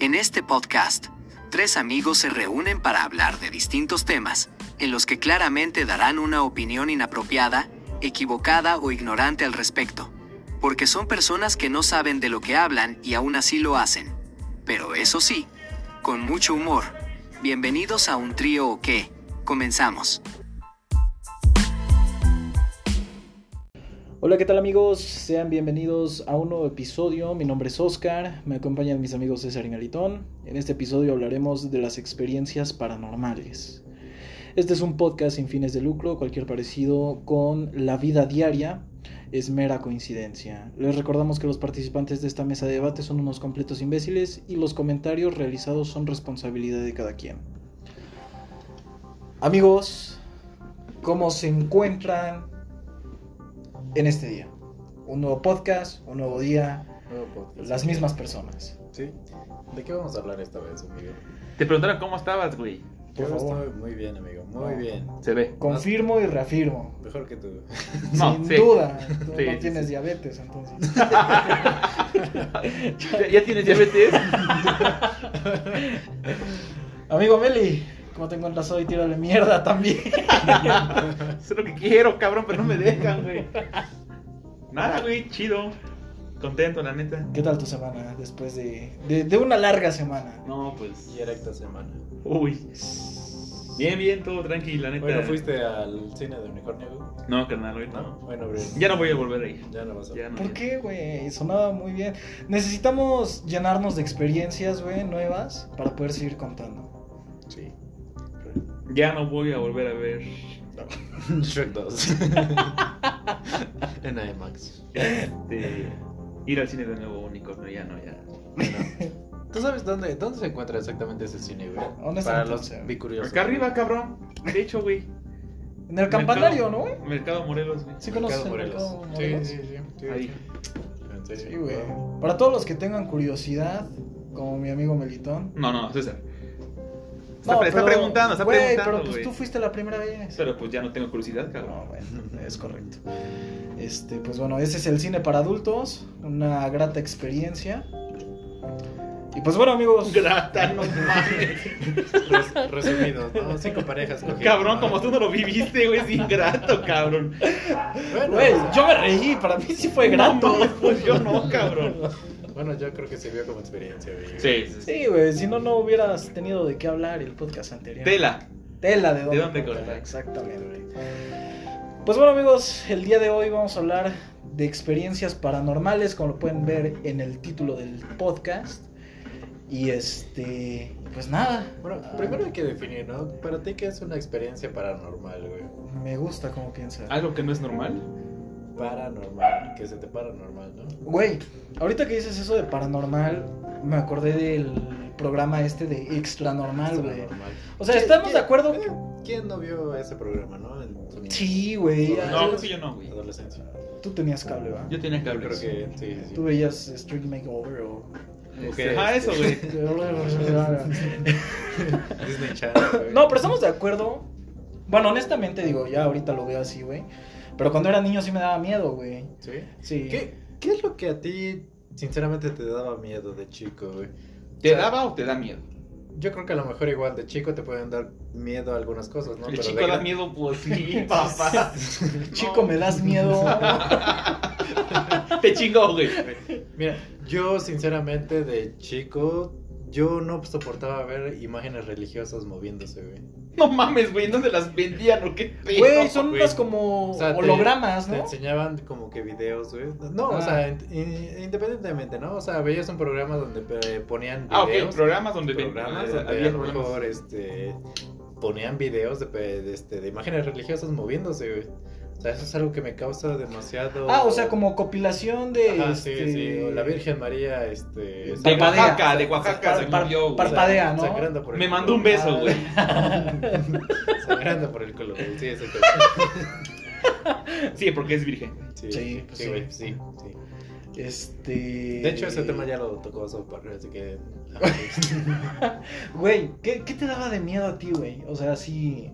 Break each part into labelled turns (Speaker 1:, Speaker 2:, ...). Speaker 1: En este podcast, tres amigos se reúnen para hablar de distintos temas, en los que claramente darán una opinión inapropiada, equivocada o ignorante al respecto, porque son personas que no saben de lo que hablan y aún así lo hacen. Pero eso sí, con mucho humor. Bienvenidos a un trío o qué. Comenzamos.
Speaker 2: Hola, ¿qué tal amigos? Sean bienvenidos a un nuevo episodio. Mi nombre es Oscar, me acompañan mis amigos César y Melitón. En este episodio hablaremos de las experiencias paranormales. Este es un podcast sin fines de lucro, cualquier parecido con la vida diaria es mera coincidencia. Les recordamos que los participantes de esta mesa de debate son unos completos imbéciles y los comentarios realizados son responsabilidad de cada quien. Amigos, ¿cómo se encuentran en este día? Un nuevo podcast, un nuevo día,
Speaker 3: Nuevo podcast.
Speaker 2: las mismas personas.
Speaker 3: Sí. ¿De qué vamos a hablar esta vez, amigo?
Speaker 4: Te preguntaron cómo estabas, güey.
Speaker 2: Por
Speaker 3: Yo
Speaker 2: favor.
Speaker 3: estoy muy bien, amigo. Muy
Speaker 2: No.
Speaker 3: bien.
Speaker 4: Se ve.
Speaker 2: Confirmo y reafirmo.
Speaker 3: Mejor que tú.
Speaker 4: No,
Speaker 2: Sin
Speaker 4: sí.
Speaker 2: duda, tú
Speaker 4: Sí,
Speaker 2: no
Speaker 4: sí,
Speaker 2: tienes
Speaker 4: sí.
Speaker 2: diabetes entonces.
Speaker 4: ¿Ya, ya tienes diabetes?
Speaker 2: Amigo Meli, ¿cómo te encuentras hoy? Tírale mierda también.
Speaker 4: es lo que quiero, cabrón, pero no me dejan, güey. Nada, güey, chido. Contento, la neta.
Speaker 2: ¿Qué tal tu semana después de, de, de una larga semana?
Speaker 4: No, pues.
Speaker 3: Y era esta semana.
Speaker 4: Uy. Bien, bien, todo tranqui, la neta.
Speaker 3: Bueno, fuiste al cine de unicornio. güey?
Speaker 4: No, carnal, ahorita
Speaker 3: No.
Speaker 4: no.
Speaker 3: Bueno, Brian.
Speaker 4: Ya no voy a volver a ir.
Speaker 3: Ya no vas a.
Speaker 4: Ya no.
Speaker 2: ¿Por qué, güey? Sonaba muy bien. Necesitamos llenarnos de experiencias, güey, nuevas para poder seguir contando.
Speaker 3: Sí.
Speaker 4: Ya no voy a volver a ver.
Speaker 3: Shrek 2. en IMAX.
Speaker 4: Este, ir al cine de nuevo unicornio, ya no, ya.
Speaker 3: Bueno. ¿Tú sabes dónde, dónde se encuentra exactamente ese cine, güey?
Speaker 2: ¿Dónde está
Speaker 3: Para
Speaker 2: entonces?
Speaker 3: los bicuriosos.
Speaker 4: Acá arriba, cabrón. De hecho, güey.
Speaker 2: En el campanario, ¿no,
Speaker 4: Mercado-
Speaker 2: güey?
Speaker 4: Mercado Morelos, güey.
Speaker 2: Sí conoces
Speaker 3: Mercado
Speaker 2: el
Speaker 3: Morelos.
Speaker 2: mercado
Speaker 3: Sí,
Speaker 2: Morelos.
Speaker 3: sí, sí. sí,
Speaker 4: Ahí.
Speaker 3: Sí,
Speaker 2: Sí, güey. Para todos los que tengan curiosidad, como mi amigo Melitón.
Speaker 4: No, no, César. Está,
Speaker 2: No,
Speaker 4: pre- está
Speaker 2: pero,
Speaker 4: preguntando, está
Speaker 2: güey,
Speaker 4: preguntando.
Speaker 2: Pero pues
Speaker 4: güey.
Speaker 2: tú fuiste la primera vez.
Speaker 4: Pero pues ya no tengo curiosidad, cabrón.
Speaker 2: No, bueno, es correcto. Este, pues bueno, ese es el cine para adultos, una grata experiencia. Y pues bueno, amigos,
Speaker 4: Grata, no mames.
Speaker 3: Res- resumidos, ¿no? Cinco parejas. Ah, cogiendo,
Speaker 4: Cabrón,
Speaker 3: ¿no?
Speaker 4: como tú no lo viviste, güey, es ingrato, cabrón.
Speaker 3: Bueno,
Speaker 2: güey,
Speaker 3: o sea,
Speaker 2: yo me reí, para mí sí fue grato.
Speaker 4: No, pues yo no, cabrón.
Speaker 3: Bueno, yo creo que sirvió como experiencia, güey.
Speaker 4: Sí, sí, sí.
Speaker 2: Sí, güey, si no, no hubieras tenido de qué hablar el podcast anterior.
Speaker 4: Tela.
Speaker 2: Tela de dónde,
Speaker 4: ¿De dónde
Speaker 2: cortar,
Speaker 4: cortar?
Speaker 2: Exactamente. Pues bueno, amigos, el día de hoy vamos a hablar de experiencias paranormales, como lo pueden ver en el título del podcast. Y este, pues nada.
Speaker 3: Bueno,
Speaker 2: Ah,
Speaker 3: primero hay que definir, ¿no? Para ti, ¿qué es una experiencia paranormal, güey?
Speaker 2: Me gusta cómo piensa.
Speaker 4: Algo que no es normal.
Speaker 3: Paranormal, que se te paranormal, ¿no?
Speaker 2: Güey, ahorita que dices eso de paranormal, me acordé del programa este de extra normal, güey.
Speaker 3: Paranormal.
Speaker 2: O sea,
Speaker 3: ¿Qué-
Speaker 2: estamos
Speaker 3: qué-
Speaker 2: de acuerdo.
Speaker 3: eh, ¿Quién no vio ese programa, no? En su
Speaker 2: Sí, güey.
Speaker 3: No,
Speaker 2: ah,
Speaker 4: No, sí, yo no, güey.
Speaker 3: Adolescencia.
Speaker 2: Tú tenías cable, ¿va?
Speaker 4: Yo tenía que
Speaker 3: Yo
Speaker 4: hablar.
Speaker 3: creo que sí, sí, sí.
Speaker 2: Tú veías Street Makeover o.
Speaker 4: Este,
Speaker 3: Ok,
Speaker 4: ajá,
Speaker 3: este-
Speaker 4: eso, güey.
Speaker 3: Disney Channel, güey.
Speaker 2: No, pero estamos de acuerdo. Bueno, honestamente digo, ya ahorita lo veo así, güey. Pero cuando era niño sí me daba miedo, güey.
Speaker 3: ¿Sí?
Speaker 2: Sí.
Speaker 3: ¿Qué, ¿Qué es lo que a ti, sinceramente, te daba miedo de chico, güey?
Speaker 4: ¿Te daba o te da miedo?
Speaker 3: Yo creo que a lo mejor igual de chico te pueden dar miedo a algunas cosas, ¿no?
Speaker 4: El
Speaker 3: Pero
Speaker 4: chico
Speaker 3: de
Speaker 4: da
Speaker 3: gran-
Speaker 4: miedo, pues sí, papá.
Speaker 2: Chico, me das miedo.
Speaker 4: Te chingó, güey.
Speaker 3: Mira, yo sinceramente de chico, yo no soportaba ver imágenes religiosas moviéndose, güey.
Speaker 4: No mames, güey, ¿en ¿dónde las vendían o qué pedo?
Speaker 2: Güey, son unas
Speaker 4: como...
Speaker 2: como
Speaker 3: O sea, te-
Speaker 2: hologramas,
Speaker 3: Te
Speaker 2: ¿Ah, ¿no?
Speaker 3: enseñaban como que videos, güey. No,
Speaker 2: Ah.
Speaker 3: o sea, in- in- independientemente, ¿no? O sea, veías un programa donde eh, ponían
Speaker 4: Ah,
Speaker 3: videos.
Speaker 4: ok, programas donde...
Speaker 3: programas
Speaker 4: eh,
Speaker 3: donde
Speaker 4: había
Speaker 3: a lo
Speaker 4: programas.
Speaker 3: mejor, este, ponían videos de, pe- de, este, de imágenes religiosas moviéndose, güey. O sea, eso es algo que me causa demasiado...
Speaker 2: Ah, o sea, como compilación de.
Speaker 3: Ajá, sí,
Speaker 2: este,
Speaker 3: sí. O la Virgen María, este...
Speaker 4: De
Speaker 2: Parpadea.
Speaker 4: Oaxaca, de Oaxaca
Speaker 2: Par-
Speaker 4: se
Speaker 2: par-
Speaker 4: movió, güey.
Speaker 2: Parpadea, ¿no? Ah,
Speaker 3: Sangrando por el
Speaker 4: Me
Speaker 3: culo.
Speaker 4: mandó un beso, güey.
Speaker 3: Sangrando por el culo, güey. Sí, eso que-
Speaker 4: Sí, porque es virgen.
Speaker 3: Sí,
Speaker 2: Sí,
Speaker 3: sí,
Speaker 2: pues sí.
Speaker 3: sí, güey, sí, sí.
Speaker 2: Este.
Speaker 3: De hecho, ese tema ya lo tocó South Park, así que.
Speaker 2: Güey, ¿qué, qué te daba de miedo a ti, güey? O sea, así.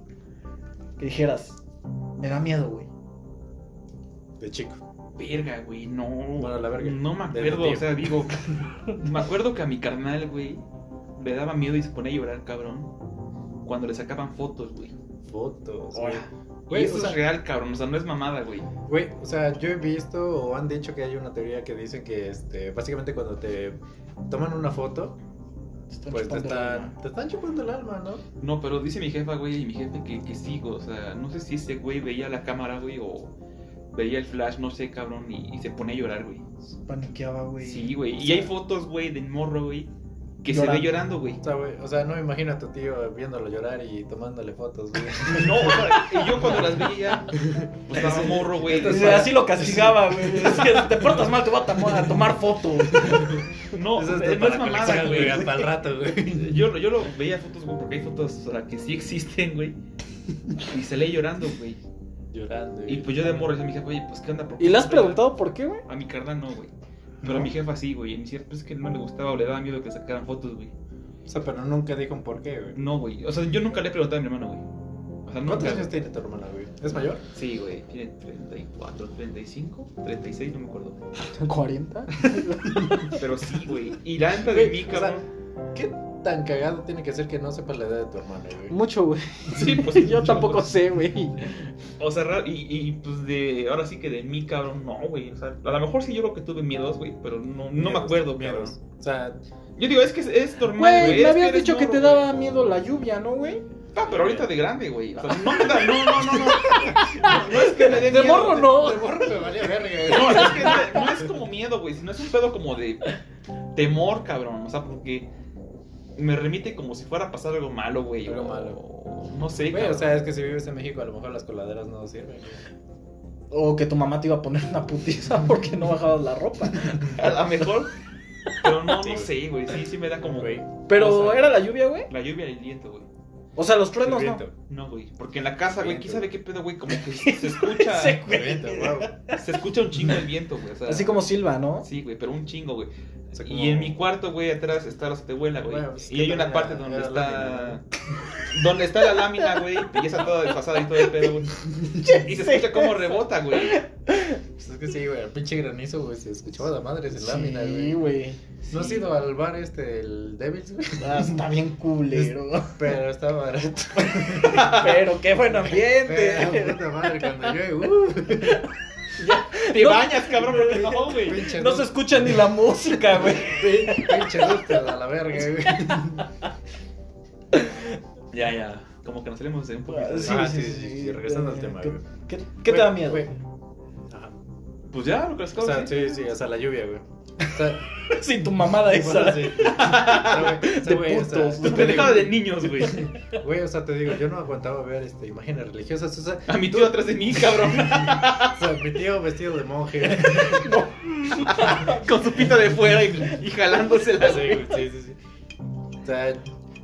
Speaker 2: Que dijeras, me da miedo, güey.
Speaker 3: De chico.
Speaker 4: verga, güey, no.
Speaker 3: Bueno, la verga.
Speaker 4: No me
Speaker 3: Del
Speaker 4: acuerdo, o sea, digo, me acuerdo que a mi carnal, güey, le daba miedo y se ponía a llorar, cabrón, cuando le sacaban fotos, güey.
Speaker 3: Fotos. güey.
Speaker 4: Ahora.
Speaker 3: Güey,
Speaker 4: y
Speaker 3: o
Speaker 4: eso
Speaker 3: sea-
Speaker 4: es real, cabrón, o sea, no es mamada, güey.
Speaker 3: Güey, o sea, yo he visto o han dicho que hay una teoría que dicen que este, básicamente cuando te toman una foto,
Speaker 2: Están
Speaker 3: pues te
Speaker 2: chupando el
Speaker 3: están,
Speaker 2: alma.
Speaker 3: te están chupando el alma, ¿no?
Speaker 4: No, pero dice mi jefa, güey, y mi jefe que, que sí, güey, o sea, no sé si ese güey veía la cámara, güey, o veía el flash, no sé, cabrón, y, y se ponía a llorar, güey.
Speaker 2: Paniqueaba, güey.
Speaker 4: Sí, güey, y hay fotos, güey, de morro, güey, que se ve
Speaker 2: Llorando.
Speaker 4: llorando, güey.
Speaker 3: O sea, güey, o sea, no me imagino a tu tío viéndolo llorar y tomándole fotos, güey.
Speaker 4: No, y yo cuando las veía, pues estaba morro, güey.
Speaker 2: Y así lo castigaba, güey. Decía, te portas mal, te voy a, tom- a tomar foto.
Speaker 4: No,
Speaker 3: Eso
Speaker 4: no
Speaker 3: es
Speaker 4: es
Speaker 3: para
Speaker 4: mamada,
Speaker 3: colección,
Speaker 4: güey.
Speaker 3: Hasta el rato, güey.
Speaker 4: Yo, yo lo veía fotos, güey, porque hay fotos o sea, que sí existen, güey. Y se leí llorando, güey.
Speaker 3: Llorando. güey.
Speaker 4: Y pues yo de morro me dije, oye, pues qué onda. ¿Por qué
Speaker 2: ¿Y le has
Speaker 4: llora?
Speaker 2: preguntado por qué, güey?
Speaker 4: A mi carnal no, güey. Pero a mi jefa sí, güey. Y me decía, pues es que no le gustaba o le daba miedo que le sacaran fotos, güey.
Speaker 3: O sea, pero nunca dijo un por qué, güey.
Speaker 4: No, güey. O sea, yo nunca le he preguntado a mi hermano, güey. O sea,
Speaker 3: ¿Cuántos
Speaker 4: nunca.
Speaker 3: años tiene tu hermana, güey? ¿Es mayor?
Speaker 4: Sí, güey. Tiene 34, 35, 36, no me acuerdo.
Speaker 2: ¿40?
Speaker 4: Pero sí, güey. Y la neta de
Speaker 3: Güey,
Speaker 4: mí,
Speaker 3: o sea,
Speaker 4: cabrón.
Speaker 3: ¿Qué tan cagado tiene que ser que no sepas la edad de tu hermana, güey?
Speaker 2: Mucho, güey.
Speaker 4: sí, pues
Speaker 2: Yo
Speaker 4: mucho,
Speaker 2: tampoco
Speaker 4: güey.
Speaker 2: sé, güey.
Speaker 4: O sea, ra- y, y pues de. Ahora sí que de mí, cabrón, no, güey. O sea, a lo mejor sí yo creo que tuve miedos, güey, pero no, no me
Speaker 3: Miedos,
Speaker 4: acuerdo,
Speaker 3: miedos.
Speaker 4: cabrón.
Speaker 3: O sea,
Speaker 4: Yo digo, es que es, es normal, güey.
Speaker 2: Güey,
Speaker 4: es
Speaker 2: me habías
Speaker 4: eres
Speaker 2: dicho que te
Speaker 4: morro, güey.
Speaker 2: daba miedo la lluvia, ¿no, güey?
Speaker 4: Ah, pero ahorita de grande, güey. O sea, no me da. No, no, no, no. No es que me dé
Speaker 2: De
Speaker 4: miedo,
Speaker 2: morro no.
Speaker 3: de morro me valía verga,
Speaker 4: No,
Speaker 3: güey.
Speaker 4: es que no- no es como miedo, güey, sino es un pedo como de temor, cabrón. O sea, porque me remite como si fuera a pasar algo malo, güey.
Speaker 3: Algo
Speaker 4: o-
Speaker 3: malo.
Speaker 4: No sé,
Speaker 3: Güey,
Speaker 4: cabrón.
Speaker 3: o sea, es que si vives en México, a lo mejor las coladeras no sirven. güey.
Speaker 2: O que tu mamá te iba a poner una putiza porque no bajabas la ropa.
Speaker 4: a lo mejor. Pero no,
Speaker 3: Sí,
Speaker 4: no
Speaker 3: güey.
Speaker 4: sé, güey. Sí, sí me da como, güey.
Speaker 2: Pero era la lluvia, güey.
Speaker 4: La lluvia y el viento, güey.
Speaker 2: O sea, los
Speaker 3: El
Speaker 2: truenos no.
Speaker 3: viento,
Speaker 4: No, güey. Porque en la casa, güey, quién
Speaker 3: Viento.
Speaker 4: sabe qué pedo, güey. Como que se escucha.
Speaker 2: Ese
Speaker 4: se
Speaker 3: el viento, wow.
Speaker 4: escucha un chingo el viento, güey. o sea,
Speaker 2: Así como Silva, ¿no?
Speaker 4: Sí, güey, pero un chingo, güey.
Speaker 3: O sea, como-
Speaker 4: Y en mi cuarto, güey, atrás está la abuela, güey.
Speaker 3: Bueno, pues,
Speaker 4: y hay
Speaker 3: que
Speaker 4: una
Speaker 3: también
Speaker 4: parte
Speaker 3: era-
Speaker 4: donde
Speaker 3: era
Speaker 4: está.
Speaker 3: lámina,
Speaker 4: Donde está la lámina, güey. Y está toda desfasada y todo el pedo, güey. Y se escucha como rebota, güey.
Speaker 3: Pues es que sí, güey, el pinche granizo, güey, se escuchaba la madre en
Speaker 2: Sí,
Speaker 3: lámina, güey.
Speaker 2: güey.
Speaker 3: No has
Speaker 4: Sí.
Speaker 3: ido al bar este, el Devils, güey.
Speaker 2: Ah, está bien culero.
Speaker 3: Pero está barato.
Speaker 2: Pero qué buen
Speaker 3: Pero,
Speaker 2: ambiente.
Speaker 3: puta madre, cuando llueve, uh,
Speaker 4: Te
Speaker 2: No.
Speaker 4: bañas, cabrón, porque no, güey.
Speaker 3: pinche
Speaker 2: No
Speaker 3: luz,
Speaker 2: se escucha ni la música, güey.
Speaker 3: pin- pinche luz, pero a la verga, güey.
Speaker 4: Ya, ya. Como que nos salimos de un poquito.
Speaker 2: Ah,
Speaker 4: de-
Speaker 3: sí,
Speaker 4: Ah,
Speaker 3: sí, sí, sí, regresando al tema,
Speaker 2: ¿Qué,
Speaker 3: güey.
Speaker 2: qué, qué te da miedo?
Speaker 3: Güey, Ajá.
Speaker 4: Pues ya, lo que les
Speaker 3: O
Speaker 4: acabo de
Speaker 3: sea,
Speaker 4: decir.
Speaker 3: sí, sí, o sea, la lluvia, güey. O sea,
Speaker 2: Sin tu mamada esa.
Speaker 3: igual así. No, güey, o sea,
Speaker 2: De
Speaker 3: güey, o sea,
Speaker 2: putos.
Speaker 4: Tu
Speaker 3: te
Speaker 4: pendejada
Speaker 3: digo-
Speaker 4: de niños, güey.
Speaker 3: Güey, o sea, te digo, yo no aguantaba ver este, imágenes religiosas. O sea,
Speaker 4: A mi tío atrás de mí, cabrón.
Speaker 3: o sea, mi tío vestido de monje. güey.
Speaker 4: Con su pita de fuera y, y jalándosela,
Speaker 3: Sí,
Speaker 4: güey.
Speaker 3: güey, sí, sí, sí. O sea,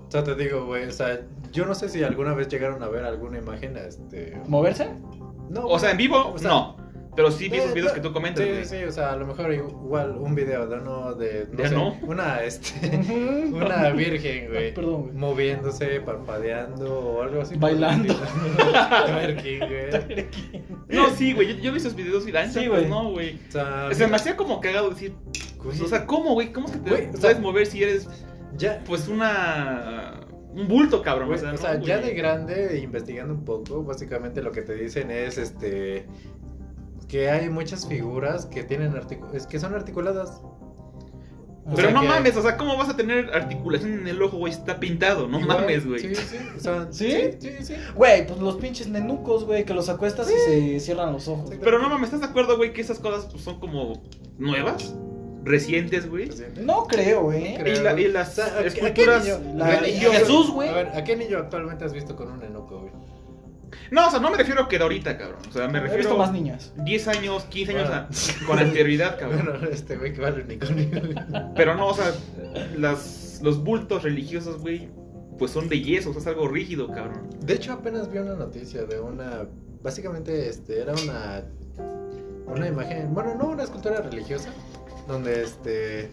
Speaker 3: o sea, te digo, güey, o sea, yo no sé si alguna vez llegaron a ver alguna imagen, este...
Speaker 2: ¿Moverse?
Speaker 3: No,
Speaker 4: O sea, en vivo,
Speaker 3: o sea,
Speaker 4: no. Pero sí vi
Speaker 3: eh,
Speaker 4: esos videos
Speaker 3: no,
Speaker 4: que tú comentas,
Speaker 3: Sí,
Speaker 4: güey.
Speaker 3: sí, o sea, a lo mejor igual un video de uno de... No
Speaker 4: ¿De
Speaker 3: sé,
Speaker 4: no?
Speaker 3: Una, este...
Speaker 2: Ujú.
Speaker 3: Una virgen, güey.
Speaker 2: Ah, Perdón, güey.
Speaker 3: Moviéndose, parpadeando o algo así.
Speaker 2: Bailando.
Speaker 3: Twerking, güey.
Speaker 4: No, sí, güey. Yo, yo vi esos videos y la neta,
Speaker 2: Sí,
Speaker 4: pues,
Speaker 2: güey.
Speaker 4: no, güey.
Speaker 3: O sea,
Speaker 4: Se me hacía como cagado decir, pues, o sea, ¿cómo, güey? ¿Cómo es que te
Speaker 3: Güey, o
Speaker 4: puedes
Speaker 3: sea-
Speaker 4: mover si eres,
Speaker 3: ya,
Speaker 4: pues, una. un bulto, cabrón?
Speaker 3: Güey,
Speaker 4: o sea,
Speaker 3: o
Speaker 4: no,
Speaker 3: sea, ya
Speaker 4: güey.
Speaker 3: de grande, investigando un poco, básicamente lo que te dicen es este que hay muchas figuras que tienen articu- es que son articuladas.
Speaker 4: Pero
Speaker 3: o sea
Speaker 4: no
Speaker 3: que-
Speaker 4: mames, o sea, ¿cómo vas a tener articulación en el ojo, güey? si Está pintado, no
Speaker 3: Igual,
Speaker 4: mames, güey.
Speaker 3: Sí, sí, o sea,
Speaker 2: ¿Sí?
Speaker 3: sí, sí, sí.
Speaker 2: Güey, pues los pinches nenucos, güey, que los acuestas y se cierran los ojos.
Speaker 3: Sí.
Speaker 4: Pero no mames, ¿estás de acuerdo, güey, que esas cosas pues, son como nuevas? Recientes, güey.
Speaker 3: Pues, sí.
Speaker 2: No creo, ¿eh?
Speaker 3: creo,
Speaker 4: y la- y
Speaker 3: güey.
Speaker 4: las
Speaker 3: ¿a- a- a qué
Speaker 4: esculturas
Speaker 3: niño-
Speaker 2: la-
Speaker 3: a qué niño-
Speaker 2: Jesús, güey.
Speaker 3: A ver, ¿a qué niño actualmente has visto con un enoco, güey?
Speaker 4: No, o sea, no me refiero a que de ahorita, cabrón. O sea, me
Speaker 2: He visto
Speaker 4: refiero
Speaker 2: más Ah.
Speaker 4: a
Speaker 2: niñas.
Speaker 4: 10 años, 15 años
Speaker 3: Bueno.
Speaker 4: a- con anterioridad, cabrón.
Speaker 3: Bueno, este güey que va al unicornio. güey.
Speaker 4: Pero no, o sea, las, los bultos religiosos, güey, pues son de yeso, o sea, es algo rígido, cabrón.
Speaker 3: De hecho, apenas vi una noticia de una. Básicamente, este, era una. Una imagen. Bueno, no una escultura religiosa. Donde este.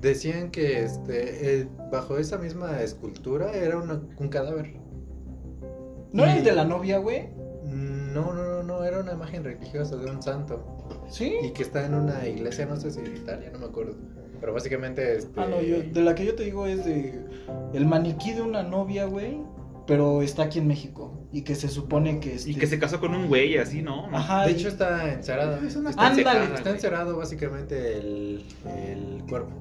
Speaker 3: Decían que este. eh, bajo esa misma escultura era una- un cadáver.
Speaker 2: ¿No era el
Speaker 3: Y-
Speaker 2: de la novia, güey?
Speaker 3: No, no, no, no. Era una imagen religiosa de un santo.
Speaker 2: ¿Sí?
Speaker 3: y que está en una iglesia, no sé si en Italia, no me acuerdo. Pero básicamente, este.
Speaker 2: Ah, no, yo, de la que yo te digo es de el maniquí de una novia, güey, pero está aquí en México y que se supone que este...
Speaker 4: Y que se casó con un güey así, ¿no?
Speaker 2: Ajá,
Speaker 3: de
Speaker 2: y-
Speaker 3: hecho, está encerado.
Speaker 4: Es una-
Speaker 3: Está,
Speaker 2: Ándale.
Speaker 3: encerrado, está encerrado básicamente el, el cuerpo.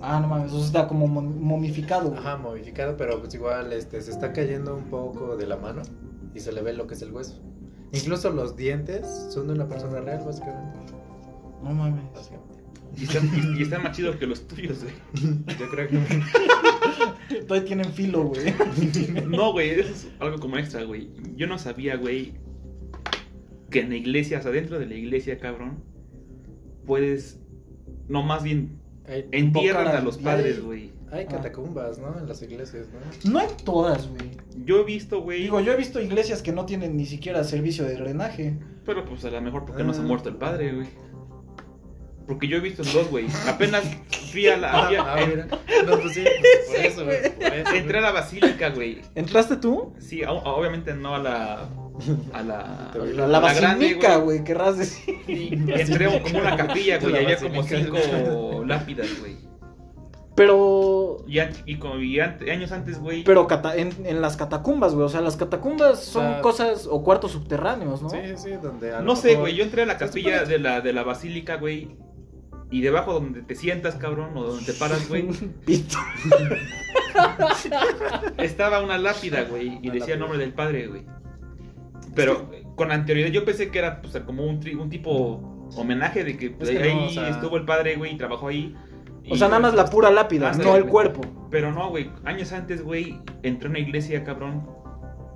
Speaker 2: ah, no mames, eso está como mom- momificado. güey.
Speaker 3: Ajá, modificado, pero pues igual este, se está cayendo un poco de la mano y se le ve lo que es el hueso. Incluso los dientes son de una persona real, básicamente.
Speaker 2: No mames.
Speaker 3: básicamente.
Speaker 4: Y están, y, y están más chidos que los tuyos, güey.
Speaker 3: Yo creo que
Speaker 2: Todavía tienen filo, güey.
Speaker 4: No, güey, eso es algo como extra, güey. Yo no sabía, güey, que en la iglesia, o sea, dentro de la iglesia, cabrón, puedes. No, más bien,
Speaker 3: hay,
Speaker 4: entierran
Speaker 2: Invocar
Speaker 4: a
Speaker 2: al
Speaker 4: los
Speaker 2: diablo.
Speaker 4: padres, güey.
Speaker 3: hay
Speaker 2: Ah.
Speaker 3: catacumbas, ¿no? En las iglesias, ¿no?
Speaker 2: No en todas, güey.
Speaker 4: Yo he visto, güey,
Speaker 2: Digo, yo he visto iglesias que no tienen ni siquiera servicio de drenaje.
Speaker 4: pero pues a lo mejor porque no se ha
Speaker 3: Ah.
Speaker 4: muerto el padre, güey. Porque yo he visto en dos, güey. Apenas fui a la. fui a-
Speaker 3: Ah,
Speaker 4: en-
Speaker 3: mira. No, pues sí, pues, por
Speaker 2: Sí,
Speaker 3: eso, güey.
Speaker 2: güey.
Speaker 3: por eso,
Speaker 4: entré a la basílica, güey.
Speaker 2: ¿Entraste tú?
Speaker 4: Sí, o- obviamente no a la. A la.
Speaker 3: Te
Speaker 2: La,
Speaker 3: La
Speaker 2: la
Speaker 4: grande,
Speaker 2: basílica, güey, querrás decir.
Speaker 4: Sí, entré a un- como una capilla, güey.
Speaker 3: La
Speaker 4: y Había como
Speaker 3: basílica.
Speaker 4: cinco lápidas, güey.
Speaker 2: Pero...
Speaker 4: Y, an- y como- y ante- años antes, güey.
Speaker 2: Pero cata- en, en las catacumbas, güey. O sea, las catacumbas son
Speaker 3: O sea,
Speaker 2: cosas o cuartos subterráneos, ¿no?
Speaker 3: güey. Sí, sí, donde a lo
Speaker 4: No sé,
Speaker 3: mejor-
Speaker 4: güey. Yo entré a la
Speaker 3: Se
Speaker 4: capilla
Speaker 3: supone-
Speaker 4: de la, de la basílica, güey. Y debajo donde te sientas, cabrón, o donde te paras, güey,
Speaker 2: Pito.
Speaker 4: estaba una lápida, güey, y
Speaker 3: Una
Speaker 4: decía el
Speaker 3: lápida.
Speaker 4: nombre del padre, güey. Pero con anterioridad yo pensé que era pues, como un, tri- un tipo homenaje de que pues,
Speaker 3: que
Speaker 4: ahí
Speaker 3: no, o sea-
Speaker 4: estuvo el padre, güey, y trabajó ahí.
Speaker 2: O
Speaker 4: Y-
Speaker 2: sea, nada más la pura lápida,
Speaker 4: Ah, sí,
Speaker 2: no el
Speaker 4: güey.
Speaker 2: cuerpo.
Speaker 4: Pero no, güey, años antes, güey, entré a una iglesia, cabrón.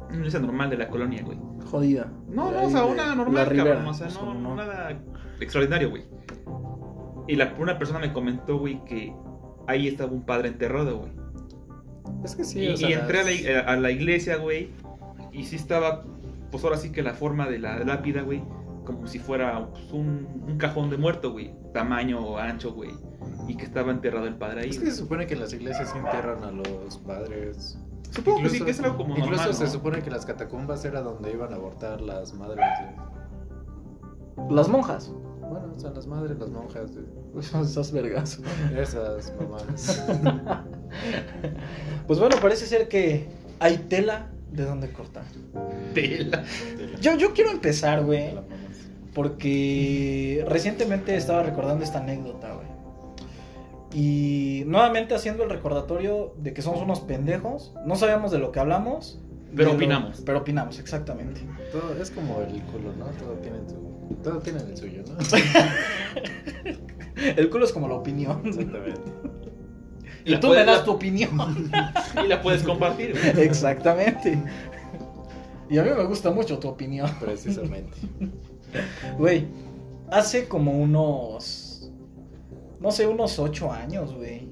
Speaker 4: Una iglesia normal de la colonia, güey.
Speaker 2: Jodida.
Speaker 4: No,
Speaker 2: De
Speaker 4: no,
Speaker 2: ahí
Speaker 4: o sea,
Speaker 2: de
Speaker 4: una
Speaker 2: la
Speaker 4: normal,
Speaker 2: Ribera,
Speaker 4: cabrón. O sea,
Speaker 2: pues,
Speaker 4: no,
Speaker 2: como no.
Speaker 4: nada extraordinario, güey. Y la, una persona me comentó, güey, que ahí estaba un padre enterrado, güey.
Speaker 3: Es que sí,
Speaker 4: y,
Speaker 3: o sea,
Speaker 4: y entré a la,
Speaker 3: es-
Speaker 4: ig- a la iglesia, güey, y sí estaba, pues ahora sí que la forma de la lápida, güey, como si fuera pues, un, un cajón de muerto, güey. Tamaño ancho, güey. Y que estaba enterrado el padre ahí.
Speaker 3: Es que
Speaker 4: güey.
Speaker 3: se supone que en las iglesias sí entierran a los padres.
Speaker 4: Supongo que pues, sí,
Speaker 3: Incluso-
Speaker 4: que es algo como
Speaker 3: Incluso
Speaker 4: normal,
Speaker 3: se
Speaker 4: ¿no?
Speaker 3: supone que las catacumbas era donde iban a abortar las madres. güey.
Speaker 2: Las monjas.
Speaker 3: Bueno, o sea, las madres, las monjas, güey.
Speaker 2: Esas vergas.
Speaker 3: esas mamás.
Speaker 2: Pues bueno, parece ser que hay tela de donde cortar.
Speaker 4: Tela.
Speaker 3: De la-
Speaker 2: Yo, yo quiero empezar,
Speaker 3: de
Speaker 2: güey,
Speaker 3: las mamás.
Speaker 2: porque recientemente estaba recordando esta anécdota, güey. Y nuevamente haciendo el recordatorio de que somos unos pendejos, no sabíamos de lo que hablamos. de
Speaker 4: Pero
Speaker 2: lo-
Speaker 4: opinamos.
Speaker 2: pero opinamos, exactamente.
Speaker 3: Todo, es como el culo, ¿no? Todo tiene su, todo tiene el suyo, ¿no?
Speaker 2: El culo es como la opinión.
Speaker 3: Exactamente.
Speaker 2: Y
Speaker 4: La
Speaker 2: tú me
Speaker 4: puedes-
Speaker 2: das tu opinión.
Speaker 4: Y la puedes compartir, güey.
Speaker 2: Exactamente. Y a mí me gusta mucho tu opinión.
Speaker 3: Precisamente.
Speaker 2: Güey, hace como unos. No sé, unos ocho años, güey.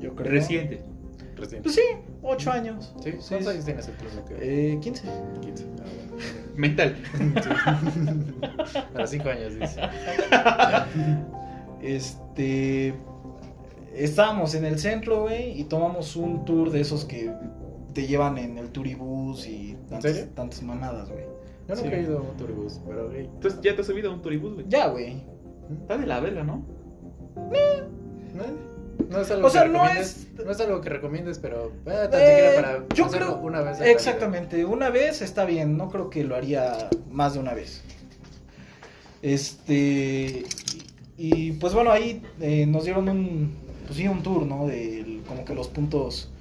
Speaker 2: Yo creo.
Speaker 4: Reciente.
Speaker 3: Recién.
Speaker 2: Pues sí, ocho años.
Speaker 3: Sí,
Speaker 2: Sí,
Speaker 3: ¿Cuántos
Speaker 2: sí.
Speaker 3: años tienes el que
Speaker 2: Eh, 15.
Speaker 3: 15. Ah, bueno.
Speaker 4: Mental.
Speaker 3: Sí. A los 5 años, dice.
Speaker 2: Este. Estábamos en el centro, güey, y tomamos un tour de esos que te llevan en el turibús y
Speaker 3: serio?
Speaker 2: tantas, tantas mamadas, güey.
Speaker 3: Yo
Speaker 2: Sí.
Speaker 3: nunca he ido a un turbus, pero güey.
Speaker 4: Entonces ya te has subido a un turibús, güey.
Speaker 2: Ya, güey.
Speaker 4: Está de la verga, ¿no?
Speaker 3: No, no es algo
Speaker 2: O sea,
Speaker 3: que
Speaker 2: no
Speaker 3: recomiendes,
Speaker 2: es-
Speaker 3: no es algo que recomiendes, pero eh, tan
Speaker 2: Eh,
Speaker 3: siquiera para
Speaker 2: yo
Speaker 3: hacerlo
Speaker 2: creo-
Speaker 3: una vez. en la
Speaker 2: Exactamente, una vez está bien, no creo que lo haría más de una vez. Este, y pues bueno, ahí eh, nos dieron un, pues sí, un tour, ¿no? De como que los puntos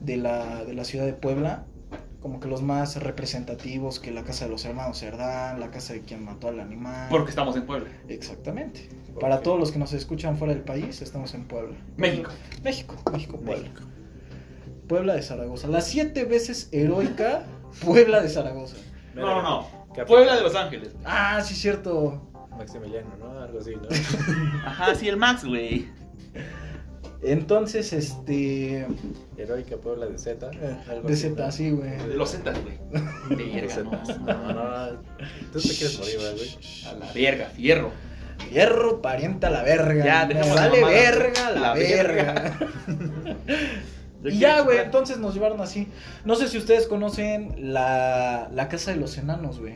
Speaker 2: de la, de la ciudad de Puebla, como que los más representativos, que la casa de los hermanos Cerdán, la casa de quien mató al animal.
Speaker 4: Porque estamos en Puebla.
Speaker 2: Exactamente.
Speaker 3: vida.
Speaker 2: Para
Speaker 3: Ok.
Speaker 2: todos los que nos escuchan fuera del país, estamos en Puebla.
Speaker 4: México.
Speaker 2: México, México, Puebla.
Speaker 3: México.
Speaker 2: Puebla de Zaragoza. La siete veces heroica Puebla de Zaragoza.
Speaker 4: No, no, no.
Speaker 3: Capital.
Speaker 4: Puebla de Los Ángeles.
Speaker 2: Ah, sí, cierto.
Speaker 3: Maximiliano, ¿no? Algo así, ¿no?
Speaker 4: Ajá, sí, el Max, güey.
Speaker 2: Entonces, este.
Speaker 3: Heroica Puebla de Z. eh, algo
Speaker 2: De
Speaker 3: así,
Speaker 2: Z,
Speaker 3: ¿no?
Speaker 2: sí, güey.
Speaker 4: De los Zetas, güey.
Speaker 3: De
Speaker 4: Verga,
Speaker 3: Zetas.
Speaker 4: no.
Speaker 3: No, no, no. Tú te quieres morir, ¿verdad, güey.
Speaker 4: A la verga, fierro.
Speaker 2: Hierro parienta la verga.
Speaker 4: Ya,
Speaker 2: Me
Speaker 4: dejemos la
Speaker 2: vale
Speaker 4: mamada.
Speaker 2: verga la,
Speaker 4: La
Speaker 2: verga.
Speaker 4: verga.
Speaker 2: Y ya, güey, entonces nos llevaron así. No sé si ustedes conocen la, la casa de los enanos, güey.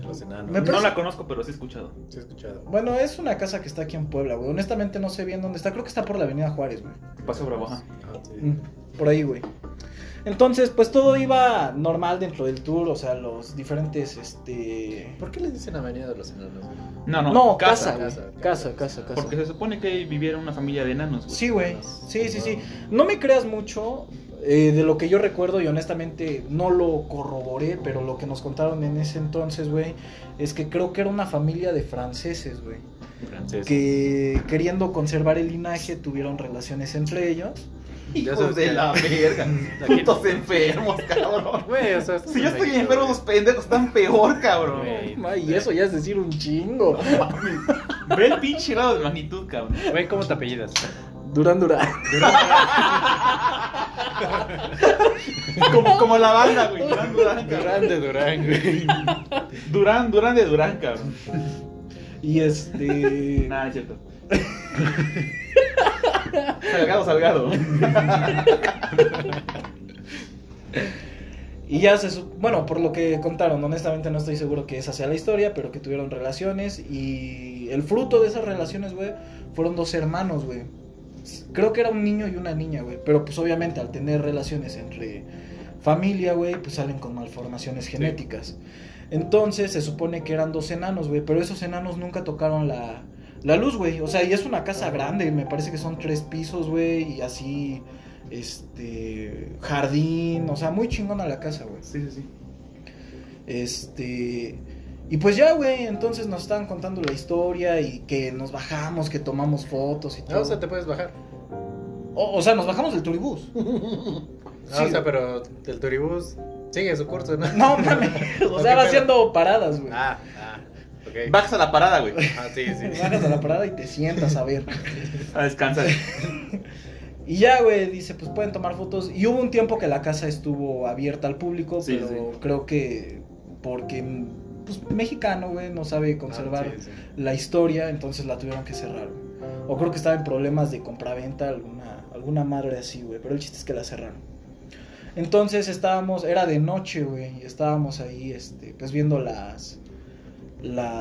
Speaker 3: de los enanos.
Speaker 2: Me
Speaker 4: No
Speaker 2: parece-
Speaker 4: la conozco, pero sí he escuchado.
Speaker 3: Sí, he escuchado.
Speaker 2: Bueno, es una casa que está aquí en Puebla, güey. Honestamente no sé bien dónde está. Creo que está por la Avenida Juárez, güey.
Speaker 4: Paso Bravo. ajá.
Speaker 3: Ah, sí.
Speaker 2: Mm, Por ahí, güey. Entonces, pues todo iba normal dentro del tour, o sea, los diferentes, este...
Speaker 3: ¿Por qué le dicen Avenida de los Enanos? güey?
Speaker 4: No, no,
Speaker 2: No, casa, güey.
Speaker 3: casa,
Speaker 2: Casa,
Speaker 3: casa.
Speaker 2: casa, casa.
Speaker 4: Porque se supone que ahí viviera una familia de enanos, güey.
Speaker 2: Sí, güey. Sí, sí, sí. No me creas mucho eh, de lo que yo recuerdo y honestamente no lo corroboré, pero lo que nos contaron en ese entonces, güey, es que creo que era una familia de franceses, güey.
Speaker 3: Francés.
Speaker 2: Que queriendo conservar el linaje tuvieron relaciones entre ellos.
Speaker 3: Ya sabes que-
Speaker 4: verga.
Speaker 3: Aquí-
Speaker 4: enfermos, cabrón.
Speaker 3: Güey, o sea, esto es en México, güey.
Speaker 4: pendejos están peor, cabrón.
Speaker 3: Güey.
Speaker 2: Ay, y eso ya es decir un chingo.
Speaker 4: Ve el pinche grado de magnitud, cabrón.
Speaker 5: Güey, ¿cómo te apellidas?
Speaker 2: Durán Durán.
Speaker 4: Como, como la banda, güey. Durán, Durán, cabrón.
Speaker 5: Durán de Durán, güey.
Speaker 4: Durán, Durán de Durán, cabrón.
Speaker 2: Y este.
Speaker 4: Nada, es cierto. salgado, salgado.
Speaker 2: Y ya se. su- Bueno, por lo que contaron, honestamente no estoy seguro que esa sea la historia, pero que tuvieron relaciones y el fruto de esas relaciones, güey, fueron dos hermanos, güey. Creo que era un niño y una niña, güey. Pero pues obviamente al tener relaciones entre familia, güey, pues salen con malformaciones genéticas. Entonces se supone que eran dos enanos, güey, pero esos enanos nunca tocaron la, la luz, güey. O sea, y es una casa grande, me parece que son tres pisos, güey, y así, este, jardín, o sea, muy chingona la casa, güey.
Speaker 4: Sí, sí, sí.
Speaker 2: Este. Y pues ya, güey, entonces nos estaban contando la historia y que nos bajamos, que tomamos fotos y todo.
Speaker 3: Ah, o sea, te puedes bajar.
Speaker 2: O- o sea, nos bajamos del turibús.
Speaker 3: Ah,
Speaker 2: Sí.
Speaker 3: o sea, pero el turibús sigue su curso, ¿no?
Speaker 2: No mames, o
Speaker 3: ¿O
Speaker 2: sea, va
Speaker 3: qué pedo?
Speaker 2: haciendo paradas, güey.
Speaker 3: Ah, ah, ok.
Speaker 4: Bajas a la parada, güey.
Speaker 3: Ah, sí, sí.
Speaker 2: Bajas a la parada y te sientas a ver.
Speaker 4: A descansar.
Speaker 2: Y ya, güey, dice, pues pueden tomar fotos. Y hubo un tiempo que la casa estuvo abierta al público,
Speaker 4: Sí,
Speaker 2: pero creo que porque pues, mexicano, güey, no sabe conservar
Speaker 3: Ah, sí, sí.
Speaker 2: la historia, entonces la tuvieron que cerrar. güey. O creo que estaba en problemas de compraventa, alguna, alguna madre así, güey. Pero el chiste es que la cerraron. Entonces estábamos, era de noche, güey, y estábamos ahí, este, pues viendo las,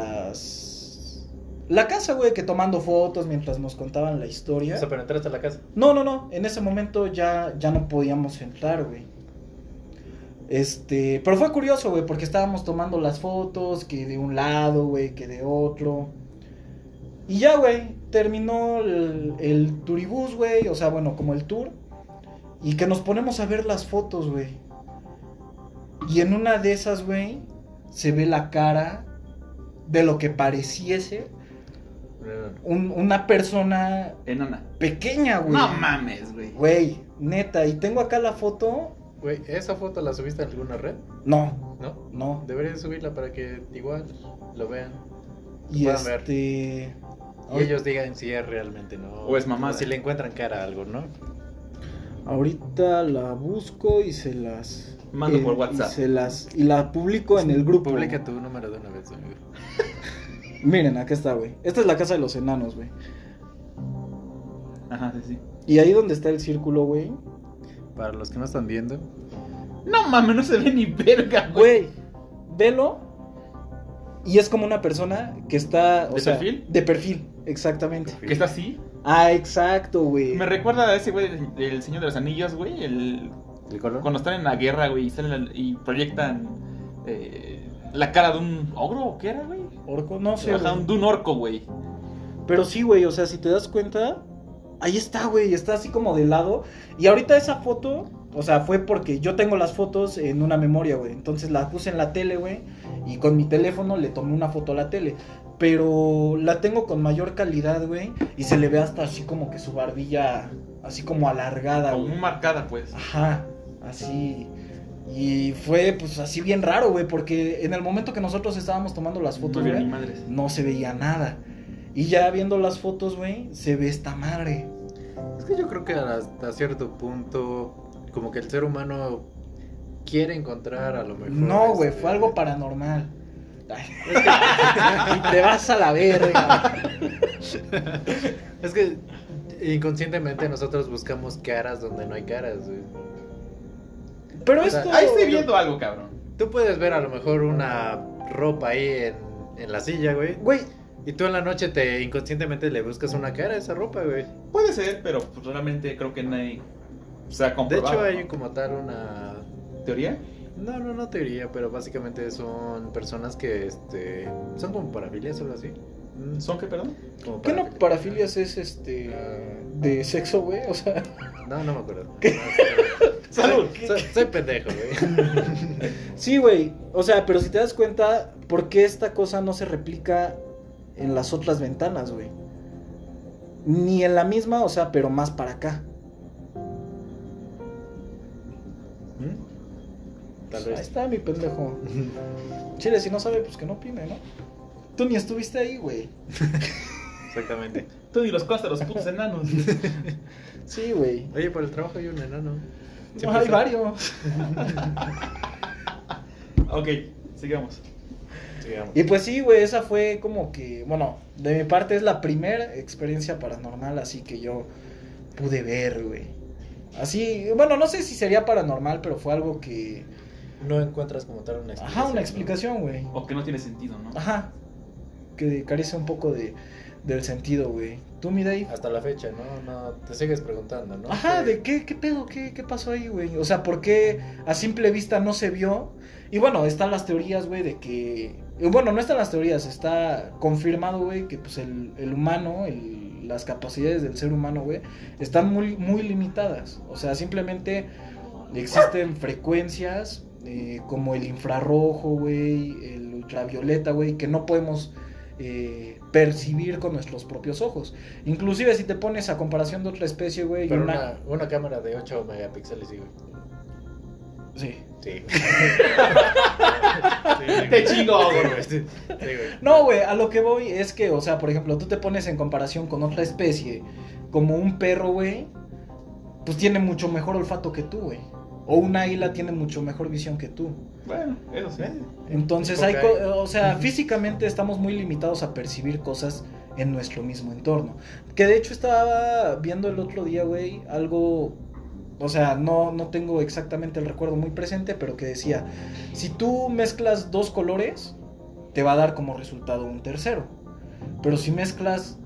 Speaker 2: las, la casa, güey, que tomando fotos mientras nos contaban la historia.
Speaker 3: O sea, pero entraste a la casa.
Speaker 2: No, no, no. En ese momento ya, ya no podíamos entrar, güey. Este, pero fue curioso, güey, porque estábamos tomando las fotos, que de un lado, güey, que de otro. Y ya, güey, terminó el, el turibús, güey, o sea, bueno, como el tour. Y que nos ponemos a ver las fotos, güey. Y en una de esas, güey, se ve la cara de lo que pareciese un- una persona
Speaker 4: Enana.
Speaker 2: pequeña, güey.
Speaker 4: No mames, güey.
Speaker 2: Güey, neta, y tengo acá la foto.
Speaker 3: Güey, ¿esa foto la subiste a alguna red?
Speaker 2: No,
Speaker 3: ¿No?
Speaker 2: no.
Speaker 3: Deberías subirla para que igual lo vean.
Speaker 2: Y
Speaker 3: puedan ver.
Speaker 2: este.
Speaker 3: Y ellos digan si es realmente, ¿no?
Speaker 4: O es mamada.
Speaker 3: si le encuentran cara a algo, ¿no?
Speaker 2: Ahorita la busco y se las. eh,
Speaker 4: Mando por
Speaker 2: y
Speaker 4: WhatsApp.
Speaker 2: se las. Y la publico en el grupo.
Speaker 3: Publica tu número de una vez, amigo.
Speaker 2: Miren, acá está, güey. Esta es la casa de los enanos, güey.
Speaker 4: Ajá, sí, sí.
Speaker 2: Y ahí donde está el círculo, güey.
Speaker 3: Para los que no están viendo.
Speaker 4: No mames, no se ve ni verga, güey.
Speaker 2: Güey, velo. Y es como una persona que está. o
Speaker 4: ¿De
Speaker 2: sea,
Speaker 4: perfil?
Speaker 2: De perfil, exactamente.
Speaker 4: ¿Que está así?
Speaker 2: Ah, exacto, güey.
Speaker 4: Me recuerda a ese güey del, del Señor de los Anillos, güey. El,
Speaker 3: ¿El color?
Speaker 4: cuando están en la guerra, güey, y, salen al- y proyectan eh, la cara de un ogro, ¿o qué era, güey?
Speaker 2: Orco, no sé.
Speaker 4: Ajá,
Speaker 2: güey.
Speaker 4: un- de un orco, güey.
Speaker 2: Pero sí, güey, o sea, si te das cuenta, ahí está, güey, está así como de lado. Y ahorita esa foto, o sea, fue porque yo tengo las fotos en una memoria, güey. Entonces la puse en la tele, güey, y con mi teléfono le tomé una foto a la tele. Pero la tengo con mayor calidad, güey, y se le ve hasta así como que su barbilla, así como alargada,
Speaker 4: Como
Speaker 2: güey.
Speaker 4: muy marcada, pues.
Speaker 2: Ajá, así. Y fue, pues, así bien raro, güey, porque en el momento que nosotros estábamos tomando las
Speaker 4: No
Speaker 2: fotos,
Speaker 4: había
Speaker 2: güey,
Speaker 4: ni madres.
Speaker 2: no se veía nada. Y ya viendo las fotos, güey, se ve esta madre.
Speaker 3: Es que yo creo que hasta cierto punto, como que el ser humano quiere encontrar a lo mejor.
Speaker 2: No, güey,
Speaker 3: este,
Speaker 2: fue algo paranormal. y te vas a la verga.
Speaker 3: Es que inconscientemente nosotros buscamos caras donde no hay caras, güey.
Speaker 2: Pero
Speaker 3: O sea,
Speaker 2: esto.
Speaker 4: Ahí estoy viendo algo, cabrón.
Speaker 3: Tú puedes ver a lo mejor una ropa ahí en, en la silla, güey.
Speaker 2: Güey,
Speaker 3: Y tú en la noche te inconscientemente le buscas una cara a esa ropa, güey.
Speaker 4: Puede ser, pero pues, realmente creo que nadie se ha
Speaker 3: De
Speaker 4: comprobado.
Speaker 3: hecho, hay
Speaker 4: ¿no?
Speaker 3: como tal una.
Speaker 4: teoría.
Speaker 3: No, no, no teoría, pero básicamente son personas que este, son como parafilias o algo así. Mm,
Speaker 4: ¿Son qué, perdón?
Speaker 3: como
Speaker 2: ¿qué no parafilias es este de sexo, güey? O sea,
Speaker 3: No, no me acuerdo.
Speaker 4: Salud.
Speaker 3: Soy, soy- soy pendejo, güey.
Speaker 2: sí, güey. O sea, pero si te das cuenta, ¿por qué esta cosa no se replica en las otras ventanas, güey? Ni en la misma, o sea, pero más para acá.
Speaker 3: Mm. Tal
Speaker 2: Ahí
Speaker 3: vez.
Speaker 2: está mi pendejo. Chile, si no sabe, pues que no opine, ¿no? Tú ni estuviste ahí, güey.
Speaker 3: Exactamente.
Speaker 4: Tú y los costas, los putos enanos.
Speaker 2: Sí, güey.
Speaker 3: Oye, por el trabajo hay un enano.
Speaker 2: No, hay varios.
Speaker 4: ok,
Speaker 3: Sigamos.
Speaker 4: sigamos.
Speaker 2: Y pues sí, güey, esa fue como que, bueno, de mi parte es la primera experiencia paranormal, así que yo pude ver, güey. Así, bueno, no sé si sería paranormal, pero fue algo que...
Speaker 3: No encuentras como tal una explicación.
Speaker 2: Ajá,
Speaker 3: ¿no?
Speaker 2: una explicación, güey.
Speaker 4: O que no Oh. tiene sentido, ¿no?
Speaker 2: Ajá. Que carece un poco de, del sentido, güey. Tú, mi Dave.
Speaker 3: Hasta la fecha, ¿no? No, te sigues preguntando, ¿no?
Speaker 2: Ajá,
Speaker 3: Que-
Speaker 2: ¿de qué, qué pedo? ¿Qué, qué pasó ahí, güey? O sea, ¿por qué a simple vista no se vio? Y bueno, están las teorías, güey, de que... y Bueno, no están las teorías, está confirmado, güey, que pues el, el humano, el- las capacidades del ser humano, güey, están muy, muy limitadas. O sea, simplemente existen frecuencias eh, como el infrarrojo, güey, el ultravioleta, güey, que no podemos eh, percibir con nuestros propios ojos. Inclusive si te pones a comparación de otra especie, güey, y
Speaker 3: Pero
Speaker 2: una-
Speaker 3: una, una cámara de 8 megapíxeles, sí, güey.
Speaker 2: Sí.
Speaker 3: Sí.
Speaker 4: Te chingo, güey.
Speaker 3: güey. Sí, güey.
Speaker 2: No, güey, a lo que voy es que, o sea, por ejemplo, tú te pones en comparación con otra especie, como un perro, güey, pues tiene mucho mejor olfato que tú, güey. O una águila tiene mucho mejor visión que tú.
Speaker 4: Bueno, eso sí. eh,
Speaker 2: Entonces,
Speaker 3: Ok.
Speaker 2: hay, co- o sea, físicamente estamos muy limitados a percibir cosas en nuestro mismo entorno. Que de hecho estaba viendo el otro día, güey, algo, o sea, no, no tengo exactamente el recuerdo muy presente, pero que decía, si tú mezclas dos colores, te va a dar como resultado un tercero. Pero si mezclas